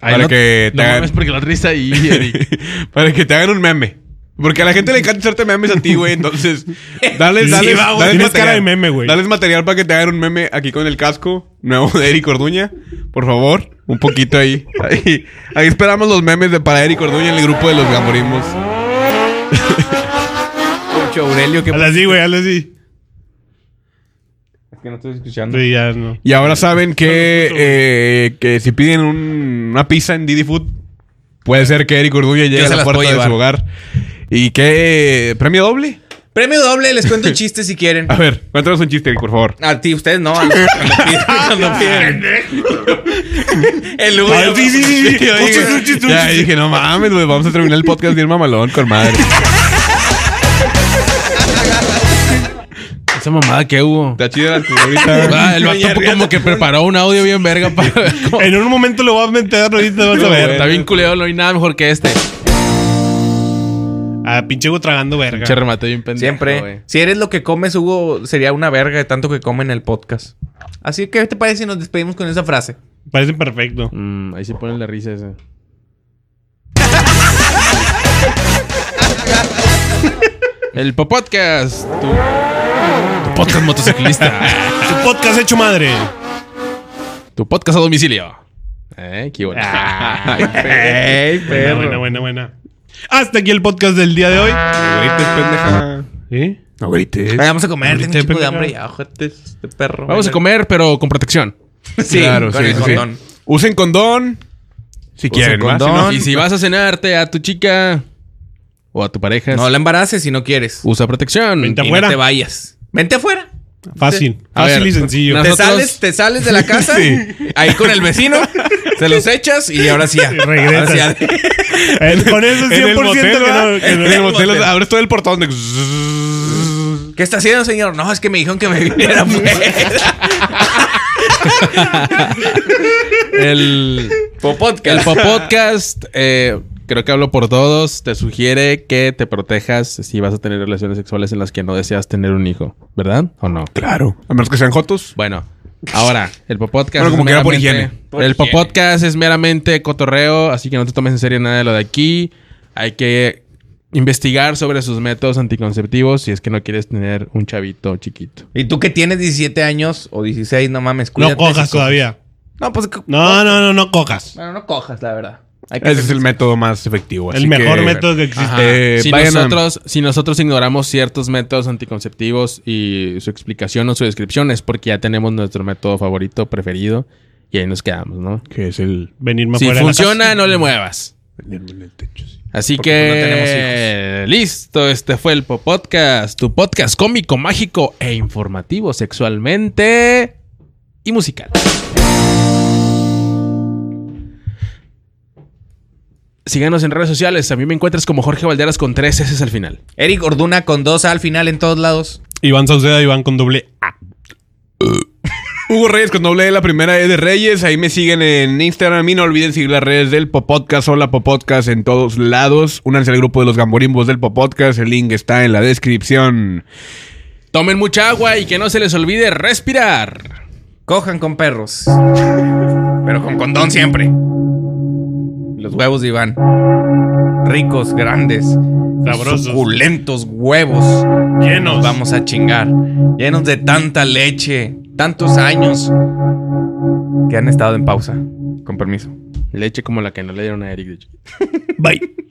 Speaker 1: Ay,
Speaker 3: para,
Speaker 1: no-
Speaker 3: que te
Speaker 1: No
Speaker 3: hagan,
Speaker 1: mames, porque la risa ahí, Eric.
Speaker 3: para que te hagan un meme. Porque a la gente le encanta hacerte memes a ti, güey. Entonces, dales,
Speaker 4: Sí,
Speaker 3: dales,
Speaker 4: va, güey.
Speaker 3: dales
Speaker 4: Tienes
Speaker 3: material.
Speaker 4: cara de meme, güey.
Speaker 3: Dales material para que te hagan un meme aquí con el casco nuevo de Eric Orduña. Por favor, un poquito ahí. Ahí, ahí esperamos los memes de para Eric Orduña en el grupo de los gamorismos.
Speaker 2: Poncho Aurelio que...
Speaker 4: Hazle así, güey, hazle así.
Speaker 2: que no estoy
Speaker 1: Mm.
Speaker 2: escuchando.
Speaker 4: Sí, ya no.
Speaker 3: Y ahora saben que,
Speaker 4: No lo escucho, güey.
Speaker 3: eh, que si piden un- una pizza en Didi Food, puede ser que Eric Orduña llegue
Speaker 2: Yo
Speaker 3: a la
Speaker 2: se las
Speaker 3: puerta
Speaker 2: puedo
Speaker 3: de su
Speaker 2: llevar.
Speaker 3: hogar. ¿Y qué? ¿Premio doble?
Speaker 2: Premio doble, les cuento un chiste si quieren.
Speaker 3: A ver, cuéntanos un chiste, Eric, por favor.
Speaker 2: A ti, ustedes no. a los- Cuando piden. Cuando piden. El Hugo.
Speaker 4: Ah, sí, sí, sí, sí.
Speaker 3: Yo
Speaker 4: Un chiste, un
Speaker 3: dije,
Speaker 4: chiste, un
Speaker 3: ya,
Speaker 4: chiste.
Speaker 3: dije, no mames, güey, vamos a terminar el podcast bien mamalón con madre.
Speaker 1: Esa mamada que hubo.
Speaker 3: Está chida la cubrita.
Speaker 1: Ah, el vato como que preparó un audio bien verga para ver cómo-
Speaker 4: En un momento lo vas a meter, ahorita vas a
Speaker 3: No,
Speaker 4: ver.
Speaker 3: güey.
Speaker 1: Está bien culeo, no hay nada mejor que este.
Speaker 4: Ah, pinche güey tragando verga.
Speaker 1: Che, remate bien pendejo.
Speaker 2: Siempre.
Speaker 1: güey.
Speaker 2: si eres lo que comes, Hugo, sería una verga de tanto que come en el podcast. Así que, ¿qué te parece si nos despedimos con esa frase?
Speaker 4: Parece perfecto.
Speaker 1: eh. Mm, ahí sí ponen la risa esa. El Popodcast. Tu-
Speaker 5: Podcast motociclista.
Speaker 4: Tu podcast hecho madre.
Speaker 5: tu podcast a domicilio.
Speaker 1: Eh, qué bueno.
Speaker 2: Ah.
Speaker 4: Buena, buena, buena, buena. Hasta aquí el podcast del día de hoy. ¿Eh? ¿Sí?
Speaker 3: No grites.
Speaker 4: Ah,
Speaker 2: Ay, Vamos a comer, tengo
Speaker 4: Ahorita,
Speaker 2: un chico de
Speaker 4: pendeja.
Speaker 2: hambre ya, ojete, este perro.
Speaker 5: Vamos a comer, pero con protección.
Speaker 2: Sí,
Speaker 3: Claro,
Speaker 2: con
Speaker 3: sí,
Speaker 2: el
Speaker 3: sí, sí.
Speaker 2: condón.
Speaker 3: Usen condón. Si quieren, ¿va?
Speaker 2: condón.
Speaker 3: Si no-
Speaker 1: Y si vas a cenarte a tu chica o a tu pareja,
Speaker 2: No la embaraces si no quieres.
Speaker 1: usa protección.
Speaker 4: Vente
Speaker 2: Y
Speaker 4: afuera.
Speaker 2: no te vayas. Vente afuera.
Speaker 4: Fácil.
Speaker 1: A
Speaker 4: Fácil
Speaker 1: ver,
Speaker 4: y sencillo.
Speaker 1: no- Nosotros-
Speaker 2: Te sales, te sales de la casa, ahí con el vecino, se los echas y ahora sí ya.
Speaker 4: regresas.
Speaker 2: Ahora sí ya.
Speaker 4: En- con eso es 100%
Speaker 3: En el motel,
Speaker 4: que
Speaker 3: ¿va?
Speaker 4: no- que no-
Speaker 3: En el motel,
Speaker 2: motel.
Speaker 3: abres todo el portón. de-
Speaker 2: ¿Qué está haciendo, señor? No, es que me dijeron que me pues. viniera fuera.
Speaker 1: El, el
Speaker 2: Popodcast.
Speaker 1: Popodcast, eh, creo que hablo por todos, te sugiere que te protejas si vas a tener relaciones sexuales en las que no deseas tener un hijo, ¿verdad? ¿O no?
Speaker 3: Claro. A menos que sean jotos.
Speaker 1: Bueno, ahora, el Popodcast.
Speaker 3: Bueno, como
Speaker 1: es
Speaker 3: que era por
Speaker 1: meramente-
Speaker 3: higiene.
Speaker 2: Por
Speaker 1: el
Speaker 2: higiene.
Speaker 1: Popodcast es meramente cotorreo, así que no te tomes en serio nada de lo de aquí. Hay que investigar sobre sus métodos anticonceptivos si es que no quieres tener un chavito chiquito.
Speaker 2: Y tú que tienes 17 años o 16, no mames,
Speaker 4: No
Speaker 2: cuídate.
Speaker 4: cojas
Speaker 2: si co-
Speaker 4: todavía.
Speaker 2: No, pues.
Speaker 4: No, no, no, no cojas.
Speaker 2: Bueno, no cojas, la verdad. Hay que
Speaker 3: Ese es
Speaker 2: ser-
Speaker 3: el método más efectivo. así
Speaker 4: El mejor
Speaker 3: que-
Speaker 4: método que existe.
Speaker 1: Ajá.
Speaker 3: Eh,
Speaker 1: si,
Speaker 3: vayan a-
Speaker 1: nosotros, si nosotros ignoramos ciertos métodos anticonceptivos y su explicación o su descripción es porque ya tenemos nuestro método favorito, preferido, y ahí nos quedamos, ¿no?
Speaker 3: Que es el...
Speaker 4: Venir más
Speaker 1: Si
Speaker 4: fuera
Speaker 1: funciona, no le muevas.
Speaker 3: en el techo, sí.
Speaker 1: Así
Speaker 2: Porque pues
Speaker 1: que
Speaker 2: no tenemos
Speaker 1: listo, este fue el Popodcast, tu podcast cómico, mágico e informativo sexualmente y musical. Síganos en redes sociales, a mí me encuentras como Jorge Valderas con tres S al final.
Speaker 2: Eric Orduna con dos A al final en todos lados.
Speaker 4: Iván Sauceda, Iván con doble A.
Speaker 3: Hugo Reyes con doble E, la primera E de Reyes. Ahí me siguen en Instagram. Y no olviden seguir las redes del Popodcast. Hola Popodcast en todos lados. Únanse al grupo de los gamborimbos del Popodcast. El link está en la descripción.
Speaker 1: Tomen mucha agua y que no se les olvide respirar.
Speaker 2: Cojan con perros. Pero con condón siempre. Los huevos de Iván. Ricos, grandes,
Speaker 4: Sabrosos.
Speaker 2: suculentos huevos.
Speaker 4: Llenos.
Speaker 2: Nos vamos a chingar. Llenos de tanta leche, tantos años que han estado en pausa. Con permiso.
Speaker 1: Leche como la que no le dieron a Eric de chiquito.
Speaker 4: Bye.